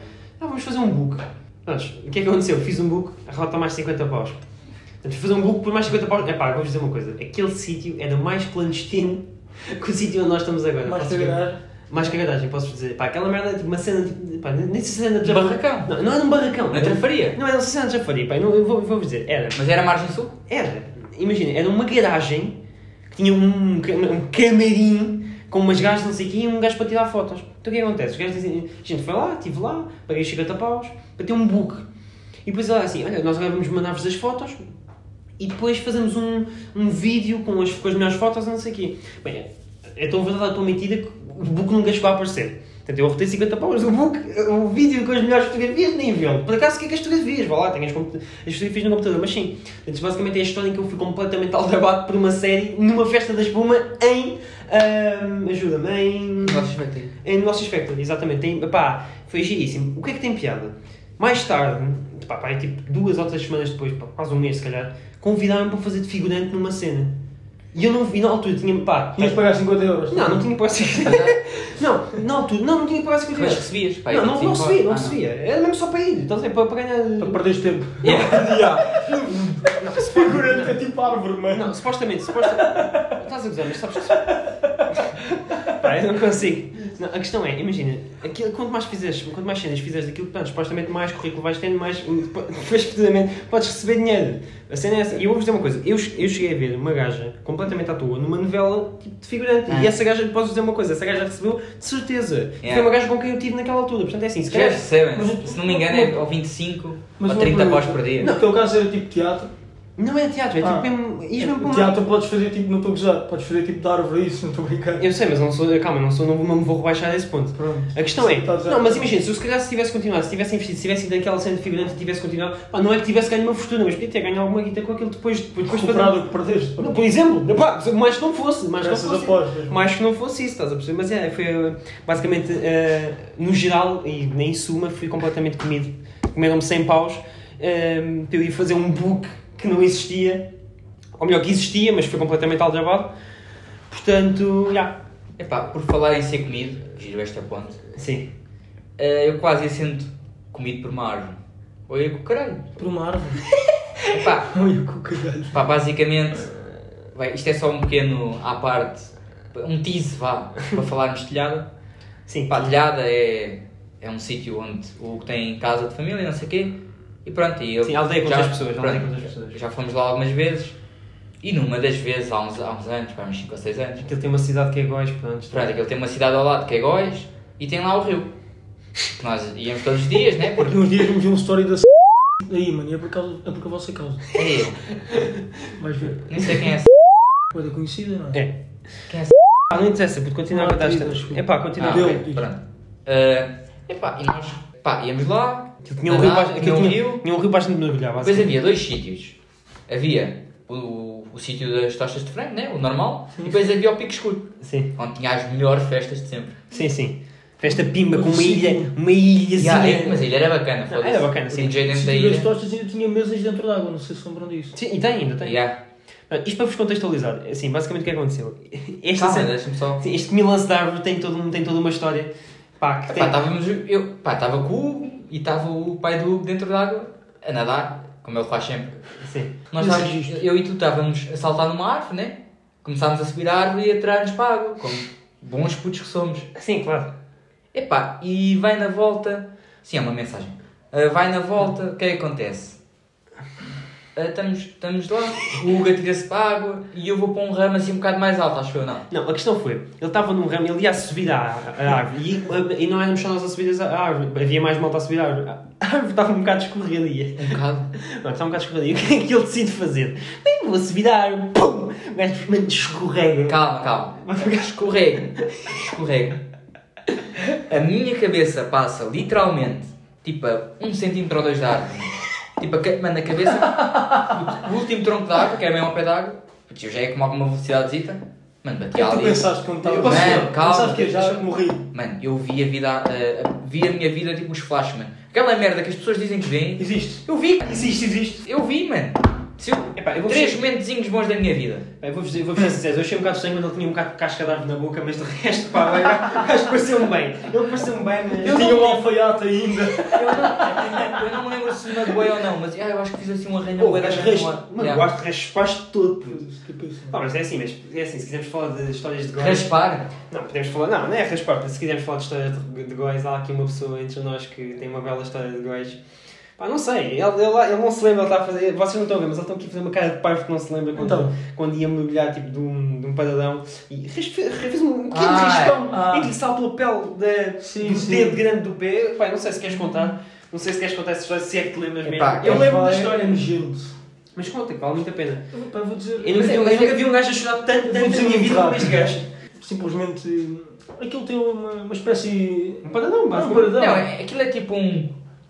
S3: vamos fazer um book. Mas, o que é que aconteceu? Fiz um book, a rota mais 50 paus. Portanto, fazer um book por mais 50 paus... Epá, vou-vos dizer uma coisa. Aquele sítio era mais clandestino que o sítio onde nós estamos agora.
S1: Mais
S3: Posso
S1: te
S3: ver?
S1: agarrar.
S3: Mais que a garagem, posso dizer. Pá, aquela merda é tipo uma cena, tipo, pá, nem se cena de
S2: Barracão.
S3: Não, não era um barracão.
S2: Na
S3: era-
S2: trafaria.
S3: Não, era uma cena de jafaria, pá, eu não, eu vou, eu vou-vos dizer. Era,
S2: Mas era margem sul?
S3: era, imagina, era uma garagem que tinha um, ca- um camarim com umas gajas, não sei o quê, e um gajo para tirar fotos. Então o que é que acontece? Os gajos dizem, gente, foi lá, estive lá, paguei 50 paus, para ter um book. E depois ela assim, olha, nós agora vamos mandar-vos as fotos, e depois fazemos um, um vídeo com as, com as melhores fotos e não sei o quê. Bem, é tão verdade a tua mentira que o book nunca chegou a aparecer. Portanto, eu rotei 50 paus, o book, o vídeo com as melhores fotografias, nem viam. Por acaso, o que é que as fotografias? Vá lá, tenho as, comput- as fotografias no computador, mas sim. Portanto, basicamente é a história em que eu fui completamente aldrabado por uma série, numa festa da espuma, em... ahm, Ajuda-me, em...
S2: Gostas de bater.
S3: É no nosso espectro, exatamente. Tem, pá, foi giríssimo. O que é que tem piada? Mais tarde, pá, pá, é tipo duas ou três semanas depois, pá, quase um mês se calhar, convidaram-me para fazer de figurante numa cena. E eu não vi, na altura tinha-me pá.
S1: Tinhas de pagar 50 euros.
S3: Não, não tinha que pagar 50 Não, na altura, não, não tinha que pagar 50
S2: Mas
S3: euros.
S2: recebias, pá.
S3: Não, não, não recebia, não
S2: Ah,
S3: recebia. Era mesmo só para ir, então, assim, para, para ganhar.
S1: Para perderes tempo.
S2: Yeah.
S3: Não, se-
S1: Figurante é tipo árvore, mano.
S3: Não, supostamente, supostamente. Estás a gozar, mas sabes que. Pá, eu não consigo. Não, a questão é, imagina, aquilo, quanto mais fizeres, quanto mais cenas fizeres daquilo, pronto, supostamente mais currículo vais tendo, mais. Depois, futuramente, podes receber dinheiro. A cena é essa. E eu vou-vos dizer uma coisa, eu, che- eu cheguei a ver uma gaja completamente à toa numa novela tipo de figurante.
S2: Ah.
S3: E essa gaja, posso dizer uma coisa, essa gaja recebeu de certeza.
S2: Yeah.
S3: Foi uma gaja com quem eu tive naquela altura, portanto é assim, se
S2: Os gajos
S3: calhar.
S2: recebem.
S1: Mas-
S2: Se não me engano, é ou 25
S1: Mas
S2: ou
S1: uma
S2: 30 paus por
S1: pergunta.
S2: dia.
S1: No teu caso era tipo teatro.
S3: Não é teatro, é
S1: Ah.
S3: tipo mesmo. Ias mesmo para uma-
S1: Teatro podes fazer tipo, não estou a gozar, podes fazer tipo de árvore isso, não estou a brincar.
S3: Eu sei, mas não sou. Calma, não, sou, não, não me vou rebaixar a esse ponto.
S1: Pronto.
S3: A questão é,
S1: Sim, estás a-
S3: não, mas imagina, se eu se calhar se tivesse continuado, se tivesse investido, se tivesse ido naquela cena de figurante e tivesse continuado, pá, não é que tivesse ganho uma fortuna, mas podia ter ganho alguma guita com aquilo depois, depois, depois de fazer- um-
S1: Recuperado o que perdeste.
S3: Não, por exemplo, pá, mais que não fosse, mais que não
S1: Essas
S3: fosse.
S1: apostas.
S3: Mais que não fosse isso, estás a perceber? Mas é, foi eh, basicamente, eh, no geral e em suma, fui completamente comido. Comeram-me 100 paus ehm, para eu ir fazer um book que não existia, ou melhor, que existia, mas foi completamente aldrabado. Portanto, já.
S2: Epá, por falar em ser comido, giro esta ponte,
S3: Sim.
S2: eh, eu quase ia sendo comido por uma árvore. Ou eu com o caralho.
S1: Por uma árvore.
S2: Epá,
S1: Ai, o caralho.
S2: Pá, basicamente, bem, isto é só um pequeno à parte, um tease, vá, para falarmos de telhada.
S3: Sim.
S2: Pá, telhada é, é um sítio onde o Hugo tem casa de família, não sei o quê, e pronto. E eu,
S3: Sim, aldeia com
S2: já-
S3: outras pessoas, aldeia
S2: pronto,
S3: com outras pessoas.
S2: Já fomos lá algumas vezes, e numa das vezes, há uns, há uns anos, pá, uns 5 ou 6 anos,
S3: Aquilo tem uma cidade que é Góis, portanto.
S2: pronto, aquilo tem uma cidade ao lado que é Góis, e tem lá o rio. Que nós íamos todos os dias, né?
S1: Daqui
S2: Porque...
S1: uns dias vamos ver um story da c... Aí, mano, e é por, causa, é por causa da vossa causa.
S2: Ei,
S1: Vais ver.
S2: nem sei quem é essa.
S1: Coisa conhecida, não é?
S3: É.
S2: Quem é essa?
S3: Ah, não interessa, porque continua a
S1: Ah,
S3: contar
S1: querida,
S3: isto.
S1: desculpa.
S3: Epá, continua.
S2: Ah,
S1: Deu.
S2: ok, pronto. Ah, epá, e nós pá, íamos lá,
S3: Aquilo tinha um rio
S2: nadar,
S3: baixo.
S2: tinha
S3: Aquilo
S2: um
S3: tinha,
S2: rio.
S3: tinha um rio baixo de mergulhar,
S2: Depois
S3: basicamente.
S2: havia dois sítios. Havia o, o, o sítio das tostas de frango, né? o normal, e depois havia o pico escuro,
S3: assim. Sim.
S2: onde tinha as melhores festas de sempre.
S3: Sim, sim. Festa pimba com uma
S1: Sim.
S3: ilha, assim. uma ilhazinha.
S2: Yeah, é, mas a ilha era bacana, foda-se.
S3: era bacana,
S2: O
S3: sim.
S2: DJ dentro da
S1: Se tivesse
S2: ilha.
S1: tostas ainda tinha mesas dentro d'água, não sei se lembram disso.
S3: Sim, e tem ainda, tem.
S2: é- Yeah.
S3: Não, Isto para vos contextualizar, assim, basicamente o que aconteceu? Esta
S2: Calma, né?
S3: cena-
S2: deixa-me só.
S3: Sim, este milance de árvore tem, todo, um- tem toda uma história. Pá, que tem.
S2: Pá, estávamos, eu, pá, estava com o Hugo e estava o pai do Hugo dentro d'água a nadar, como ele faz sempre.
S3: Sim.
S2: Nós
S1: Mas
S2: estávamos,
S1: existe.
S2: eu e tu estávamos a saltar numa árvore, né? Começámos a subir a árvore e a tirar-nos para a água, como bons putos que somos.
S3: Sim, claro.
S2: Epá, e vai na volta. Sim, é uma mensagem. Ah, vai na volta, o que é que acontece? Ah, estamos, estamos lá, o Hugo atira-se para a água e eu vou para um ramo assim um bocado mais alto, acho eu não.
S3: Não, a questão foi, ele estava num ramo, ele ia subir à, à árvore e, e não éramos só nós a subir à árvore, havia mais malta a subir à árvore. A árvore estava um bocado escorregadia.
S2: Um bocado.
S3: Não, está um bocado escorregadio. O que é que ele decide fazer? Bem, vou subir a árvore. Pum! O gajo simplesmente escorrega.
S2: Calma, calma. Escorrega. Escorrega. A minha cabeça passa literalmente, tipo, a um centímetro ou dois da árvore. Tipo, a ca- mano, a cabeça. O último tronco da árvore, que é mesmo ao pé da água. Putz, eu já ia com alguma velocidadezinha. Mano,
S1: O que
S2: bati
S1: é que
S2: ali.
S1: tu pensaste quando estava
S2: Eu Mano, calma.
S1: Pensaste que já morri.
S2: Mano, eu vi a vida, a- a- vi a minha vida tipo os flash, mano. Aquela merda que as pessoas dizem que vêm.
S1: Existe.
S2: Eu vi,
S3: Existe, existe.
S2: eu vi, mano. Se eu-
S3: Epá, eu vou
S2: Três momentozinhos bons da minha vida.
S3: Bem, vou-vos dizer, vou-vos ser sincero, eu achei um bocado estranho quando ele tinha um bocado de casca de árvore na boca, mas de resto, pá, bem, acho que pareceu-me bem. Ele pareceu-me bem, mas...
S1: Eu tinha um alfaiate ainda.
S2: Eu não, eu não me lembro se me magoei ou não, mas ah, eu acho que fiz assim um arranho
S3: Pô,
S2: bué da
S3: mas
S2: grande
S3: res-
S2: no ar.
S3: Mano,
S2: Yeah.
S3: eu acho que raspaste todo. puto. Pá,
S1: Tipo
S3: mas é assim, mas é assim, se quisermos falar de histórias de góis...
S2: Raspar?
S3: Não, podemos falar... Não, não é raspar, se quisermos falar de histórias de, de góis, há aqui uma pessoa entre nós que tem uma bela história de góis. Pá, não sei, ele, ele, ele não se lembra, ele está a fazer... Vocês não estão a ver, mas ele está aqui a fazer uma cara de parvo que não se lembra quando,
S1: Então.
S3: quando ia mergulhar, tipo, de um, de um padadão. E res- fez um pequeno
S2: Ah,
S3: riscão
S1: ah.
S3: em que lhe saltou a pele da,
S1: Sim,
S3: do
S1: sim.
S3: dedo grande do pé. Pá, não sei se queres contar. Não sei se queres contar essa história, se é que te lembras
S2: Epá,
S3: mesmo.
S2: eu
S3: Eu lembro da
S1: É
S3: história.
S1: nojento.
S3: Mas conta, que vale muito a pena.
S1: Eu pá, vou dizer.
S3: Eu nunca,
S2: Mas é-
S3: vi, um-
S2: mas
S3: eu nunca
S2: é-
S3: vi um gajo a chorar tanto,
S1: Vou
S3: tanto na
S1: dizer
S3: minha
S1: muito
S3: vida como este
S1: rápido.
S3: gajo.
S1: é Simplesmente. hum, Aquilo tem uma, uma espécie.
S3: Um paradão,
S1: Não, um
S3: basicamente.
S1: paradão.
S2: Não, é- aquilo é tipo um,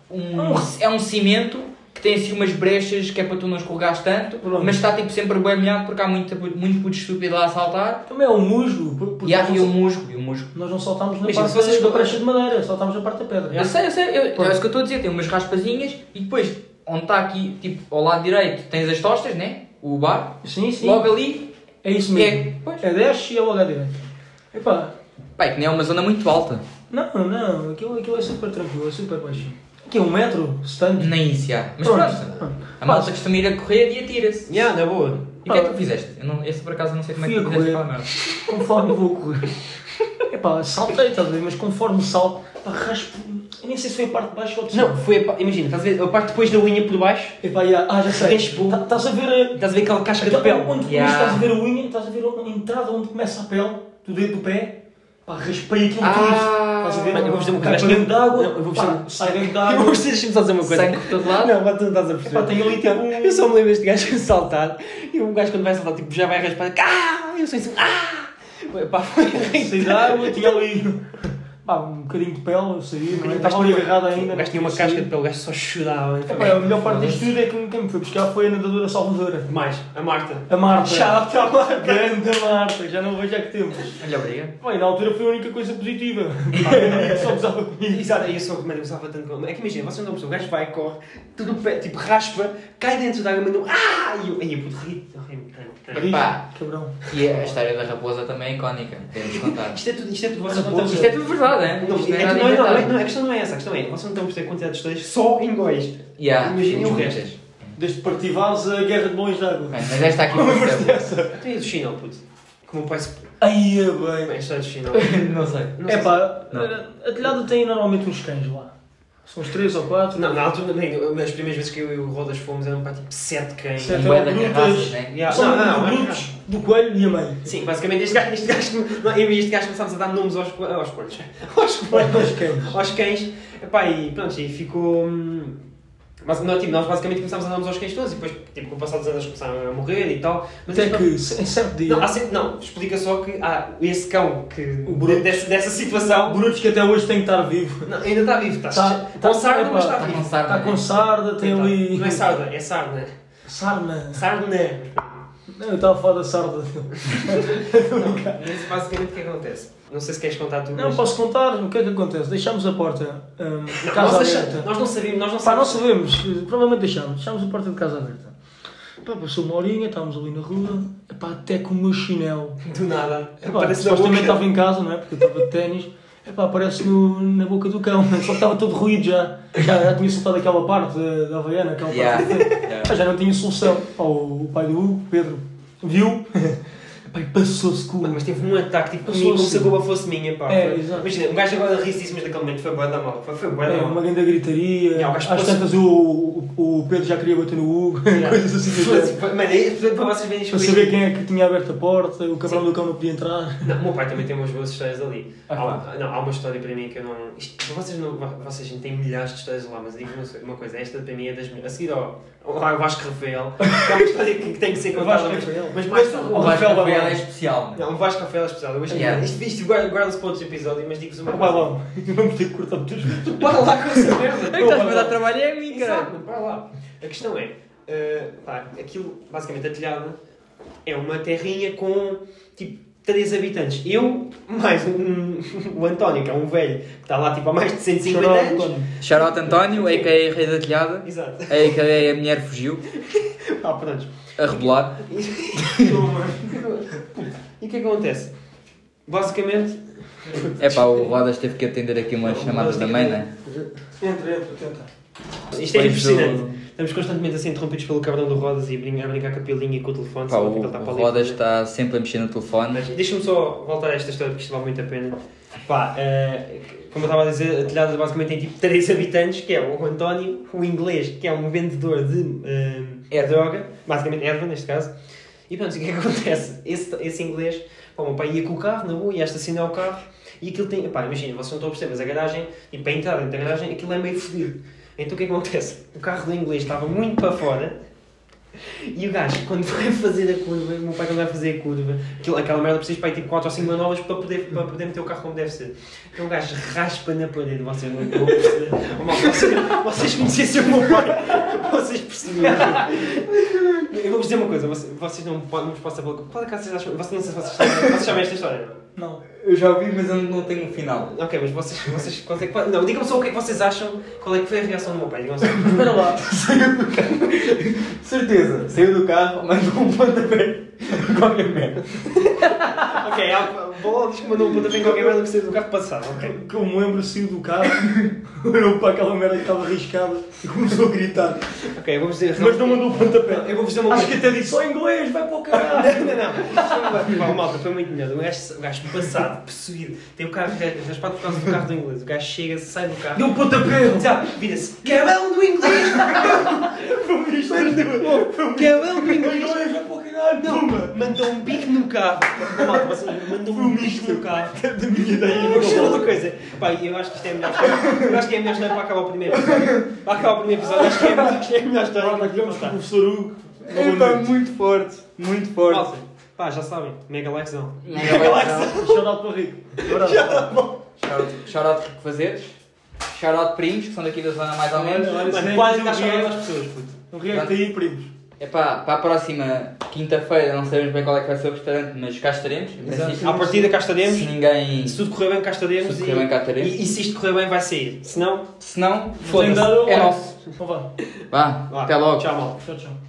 S2: um- É um cimento que tem assim umas brechas que é para tu não escorregares tanto,
S1: Pronto.
S2: mas está tipo sempre bem molhado porque há muito, muito puto estúpido lá a saltar.
S1: Também é um musgo. por- porque
S2: E há e
S1: nós,
S2: o
S1: não-
S2: musgo, e o musgo.
S1: nós não saltámos na
S3: Imagina,
S1: parte
S3: se vocês
S1: da
S3: forem-
S1: prancha de madeira, saltámos na parte da pedra.
S2: Eu sei, eu sei, eu, é isso que eu estou a dizer, tem umas raspazinhas e depois, onde está aqui, tipo, ao lado direito, tens as tostas, né? O bar,
S1: Sim, sim.
S2: logo ali,
S1: É isso
S2: é,
S1: mesmo.
S2: pois,
S1: É 10 e é logo à direita. Epá,
S2: Pai, que nem é uma zona muito alta.
S1: não, não, aquilo, aquilo é super tranquilo, é super baixinho. Aqui é um metro, se tanto.
S2: Nem isso, já. Mas
S1: Pronto.
S2: pronto, a malta costuma ir a correr e atira-se.
S3: Yeah, na boa.
S2: E o que é que tu fizeste? Eu não, esse por acaso não sei como é que
S1: Fui
S2: tu
S1: a
S2: fizeste
S1: correr.
S2: para merda.
S1: Conforme vou correr. Epá, saltei, estás a ver? Mas conforme salto, pá, raspo. Eu nem sei se foi a parte de baixo ou de cima.
S3: Não, foi a pa- imagina, estás a ver a parte depois da unha por baixo,
S1: Epá, já, ah, já sei.
S3: Raspo.
S1: Tá- Estás a ver a.
S3: estás a ver aquela casca de
S1: aquela-
S3: pele.
S1: Onde começa,
S2: Yeah.
S1: estás a ver a unha, estás a ver a entrada onde começa a pele, do dedo do pé. Pá, raspei aquilo
S2: Ah.
S1: tudo. Estás a ver? Tá,
S3: Mano, eu vou-vos dizer uma coisa,
S1: Cai
S3: acho
S1: para
S3: que-
S1: dentro d'água,
S3: Não, eu vou-vos
S1: pá,
S3: dizer-
S1: sai dentro
S3: Eu
S1: d'água.
S3: vou Ah, deixa-me só dizer uma coisa.
S2: Sangue por todo lado.
S3: Não, mas tu não estás a
S1: Epá,
S3: perceber.
S1: tem ali tipo.
S3: Eu só me lembro deste gajo a saltar e um gajo quando vai saltar tipo, já vai raspar. Ah! Eu sei assim. Ah! Pá, foi
S1: Sem água, tinha ali pá, um bocadinho de pele, eu saí, não é?
S3: O
S1: Estava
S3: gajo
S1: ali
S3: tinha-
S1: agarrado ainda.
S3: O gajo tinha uma
S1: não
S3: casca
S1: consegui
S3: de pelo, o gajo só chorava.
S1: sair. Epá, a melhor parte disto tudo é que quem me foi buscar foi a nadadora salvadora.
S3: Mais, a Marta.
S1: A Marta.
S3: Shout out à Marta.
S1: Grande Marta, já não vejo há que tempos.
S2: Olha, obrigado.
S1: Bem, na altura foi a única coisa positiva. Porque Só usava comigo.
S3: Exato, é isso que eu pensava tanto como. É que imagina, vocês não percebem, o gajo vai, corre, tudo o pé, tipo, raspa, cai dentro da água, mas não. Ah! E eu, aí eu puto ri, eu ri-me tanto, tanto.
S2: Epá.
S1: Cabrão.
S2: E a história da raposa também é icónica, temos de contar.
S3: Isto é tudo, isto é tudo, vocês não estão a
S1: Raposa.
S2: Isto é tudo verdade, é?
S3: Não,
S2: Isto nada
S3: é que não, é- não,
S2: inventado.
S3: é- não, a questão não é essa, a questão é, vocês não estão a perceber a quantidade de histórias só em Góis.
S2: Yeah,
S3: Imaginem o
S2: somos
S3: resto.
S2: muitas.
S1: Desde partivares a guerra de balões de água.
S2: Bem, mas esta aqui
S1: Lembras-te
S2: percebe.
S1: dessa?
S3: Até isso, China, oh, puto. Que o meu pai se.
S1: Aí, é bem.
S3: Bem, a história do China.
S2: Não sei.
S3: Não
S1: É
S3: sei
S1: pá,
S2: Não.
S1: a telhada tem normalmente uns cães lá. São uns 3 ou 4.
S3: Não, na altura, nem, as primeiras vezes que eu e o Rodas fomos eram para tipo 7 cães.
S1: Sete
S2: Bué da
S1: brutas.
S2: carraças, né?
S3: Yeah.
S1: São
S3: Não, não, é
S1: muito
S3: não,
S1: brutos, do coelho e a mãe.
S3: Sim, basicamente este gajo, este gajo, não, eu e este gajo começámos a dar nomes aos, co- aos coelhos. Aos
S1: Vai com
S3: coelhos.
S1: os cães.
S3: aos cães. Epá, e pronto, e ficou. hum, Mas, não, tipo, nós basicamente começámos a dar nomes aos cães todos e depois, tipo, com o passar dos anos começaram a morrer e tal. Mas
S1: Até
S3: este-
S1: que, em certo dia,
S3: Não, há sempre- não, explica só que há esse cão que.
S1: O Bruto.
S3: dessa, dessa situação.
S1: Brutos que até hoje tem que estar vivo.
S3: Não, ainda está vivo, está.
S1: Tá-
S3: com
S1: tá-
S3: sarna, mas está
S1: tá
S2: Está com né?
S3: vivo.
S2: sarna.
S1: Está com sarda, tem ali.
S3: Não é sarda, é sarna.
S1: Sarna.
S3: Sarna. É
S1: Não, Eu estava a falar da sarda.
S3: Mas basicamente o que acontece? Não sei se queres contar tu.
S1: Não,
S3: mas-
S1: posso contar o que é que acontece. Deixámos a porta hum, de
S3: Não,
S1: casa
S3: nós, achamos-
S1: aberta.
S3: nós não sabemos, nós não
S1: Pá, não
S3: sabemos.
S1: sabemos, eh, provavelmente deixámos. Deixámos a porta de casa aberta. Pá, passou uma horinha, estávamos ali na rua. Epá, até com o meu chinelo.
S3: Do nada.
S1: Epá,
S3: É, Parece da
S1: É supostamente
S3: boca.
S1: estava em casa, não é? Porque eu estava de ténis. Epá, aparece no, na boca do cão. Só que estava todo ruído já. Já, já tinha soltado aquela parte da, da Havaiana, aquela
S2: Yeah.
S1: parte. do-
S2: Yeah.
S1: Pá, já não tinha solução. Pá, o, o pai do Hugo, Pedro, viu. Epá, e passou-se com
S3: Pá, Mas teve um ataque tipo
S1: Passou
S3: comigo, como se a
S1: assim.
S3: culpa fosse minha, pá.
S1: É,
S3: Foi-
S1: exato.
S3: Imagina, um gajo agora ri-se disso, mas naquele momento foi bué da mal. Foi, foi bué da
S1: É,
S3: mal.
S1: uma grande gritaria.
S3: Yeah, o
S1: Às
S3: gajo passou-
S1: tantas o, o, o Pedro já queria bater no Hugo,
S3: Yeah.
S1: coisas assim. do
S3: Foi-
S1: género.
S3: foi- Mano, é- foi para vocês verem as
S1: Para
S3: coisas.
S1: saber quem é que tinha aberto a porta, o cabrão
S3: Sim.
S1: do cão não podia entrar.
S3: Não, o meu pai também tem umas boas histórias ali.
S1: Ah,
S3: há, um, não, há uma história para mim que eu não. Isto, vocês não. Vocês têm milhares de histórias lá, mas digo uma coisa, esta para mim é das melhores. A seguir ao, ao Vasco Rafael, que é uma história que, que tem que ser
S1: O
S3: contada.
S1: Vasco
S3: mas-
S1: Rafael.
S3: Mas mais
S2: O
S1: O
S2: Vasco
S1: Rafael
S2: Rafael é
S1: Barão.
S2: especial, meu.
S3: Não, o Vasco Rafael é especial. Eu acho que-
S2: Yeah.
S3: Isto, isto guarda- guarda-se para outros episódios, mas digo-vos uma
S1: Não
S3: coisa.
S1: vai lá, vamos ter que cortar muitas vezes.
S3: Para lá com essa merda!
S2: É que estás a dar trabalho é a mim, cara.
S3: Exato, para lá. A questão é, eh, pá, aquilo, basicamente a telhada, é uma terrinha com tipo três habitantes. Eu, mais um, o António, que é um velho, que está lá tipo há mais de 150
S1: Chorou,
S3: anos.
S1: António.
S2: Charlotte António, a.k.a. Rei da Telhada,
S3: Exato.
S2: a.k.a. A Mulher Fugiu,
S3: Ah, pronto.
S2: a rebolar.
S3: e o que é que acontece? Basicamente.
S2: É pá, o Rodas teve que atender aqui umas chamadas também, né?
S1: Entra, entra, tenta.
S3: Isto é
S2: Depois do-
S3: impressionante. Estamos constantemente a ser interrompidos pelo cabrão do Rodas e a brin- a brincar com a pilinha e com o telefone.
S2: Pá,
S3: só
S2: o
S3: porque ele está
S2: o
S3: para ali.
S2: Rodas está sempre a mexer no telefone.
S3: Mas Deixa-me só voltar a esta história porque isto vale muito a pena. Pá, eh, como eu estava a dizer, a telhada basicamente tem tipo 3 habitantes, que é o António, o inglês, que é um vendedor de eh, droga, basicamente erva neste caso. E pronto, o que é que acontece? Esse, esse inglês, pá, o meu pai ia com o carro na rua, ia estacionar o carro e aquilo tem. Pá, imagina, vocês não estão a perceber, mas a garagem, e para entrar dentro da garagem, aquilo é meio fodido. Então o que é que acontece? O carro do inglês estava muito para fora e o gajo, quando vai fazer a curva, o meu pai quando vai fazer a curva, aquilo, aquela merda precisa para ir tipo 4 ou 5 manobras para poder, para poder meter o carro como deve ser. Então o gajo raspa na parede, vocês não vão perceber. Oh, mal, vocês, vocês conhecessem o meu pai, vocês percebiam. Eu vou-vos dizer uma coisa, vocês, vocês não, po- não vos passam pela Qual é que vocês acham? Vocês não sei se vocês sabem, vocês sabem esta história, não?
S1: Não.
S2: Eu já vi, mas eu não tenho um final.
S3: Ok, mas vocês. vocês qual é que, não, digam só o que é que vocês acham, qual é que foi a reação do meu pai. Digam só.
S1: Espera lá.
S2: Certeza, saiu do carro, mandou um pontapé. Qualquer merda.
S3: ok, a bola diz que mandou um pontapé em qualquer merda que seja do carro passado, ok?
S1: Que eu me lembro, saiu do carro, olhou para aquela merda que estava arriscada e começou a gritar.
S3: Ok, eu vou-vos dizer.
S1: Mas Ah, não mandou o pontapé.
S3: Eu vou-vos dizer uma
S1: Acho que
S3: coisa.
S1: até disse só inglês, vai para o caralho.
S3: Não, não, não. Pá, malta, foi muito melhor. O gajo, o gajo passado, possuído, tem o carro raspado por causa do carro do inglês. O gajo chega, sai do carro.
S1: Deu um pontapé.
S3: Já, vira-se, cabelo do inglês! Cabelo do inglês!
S1: Inglês, vai para o caralho. Pumba.
S3: Mandou um bico no carro. Malta, vocês- mandou um bico no carro.
S1: Da minha
S3: Eu
S1: ideia.
S3: vou dizer uma coisa. Pá, eu acho que isto é a melhor história. Eu acho que é a melhor história para acabar o primeiro episódio. Para acabar o primeiro episódio, acho que é a acho que é a melhor história. que vamos
S1: O
S3: contar.
S1: professor Hugo. Novamente.
S2: muito forte, muito
S3: Malta, pá, já sabem, mega likezão.
S1: Shout out para o Rico. Abraço.
S2: Shoutout- Shoutout Rico Fazeres. Shoutout Primos, que são daqui da zona mais ou menos.
S1: Olha,
S3: Mano,
S1: sei
S3: quase
S1: que
S3: está a
S1: o
S3: chamar
S1: Guilherme-
S3: as pessoas, puto.
S1: O react aí, primos.
S2: Epá, É para a próxima quinta-feira, não sabemos bem qual é que vai ser o restaurante, mas cá estaremos. Em
S1: Exato.
S2: princípio,
S3: À partida cá
S2: Se
S3: estaremos.
S2: ninguém.
S3: Se tudo correr bem, cá estaremos.
S2: Se tudo correr
S3: e-
S2: bem, cá estaremos.
S3: E, e se isto correr bem, vai sair. Se não,
S2: Se não,
S1: Tem
S2: foda-se.
S1: dado-
S2: É nosso.
S1: Então vá.
S2: Vá,
S3: vá.
S2: até logo.
S3: Tchau, mal.
S1: Tchau, tchau.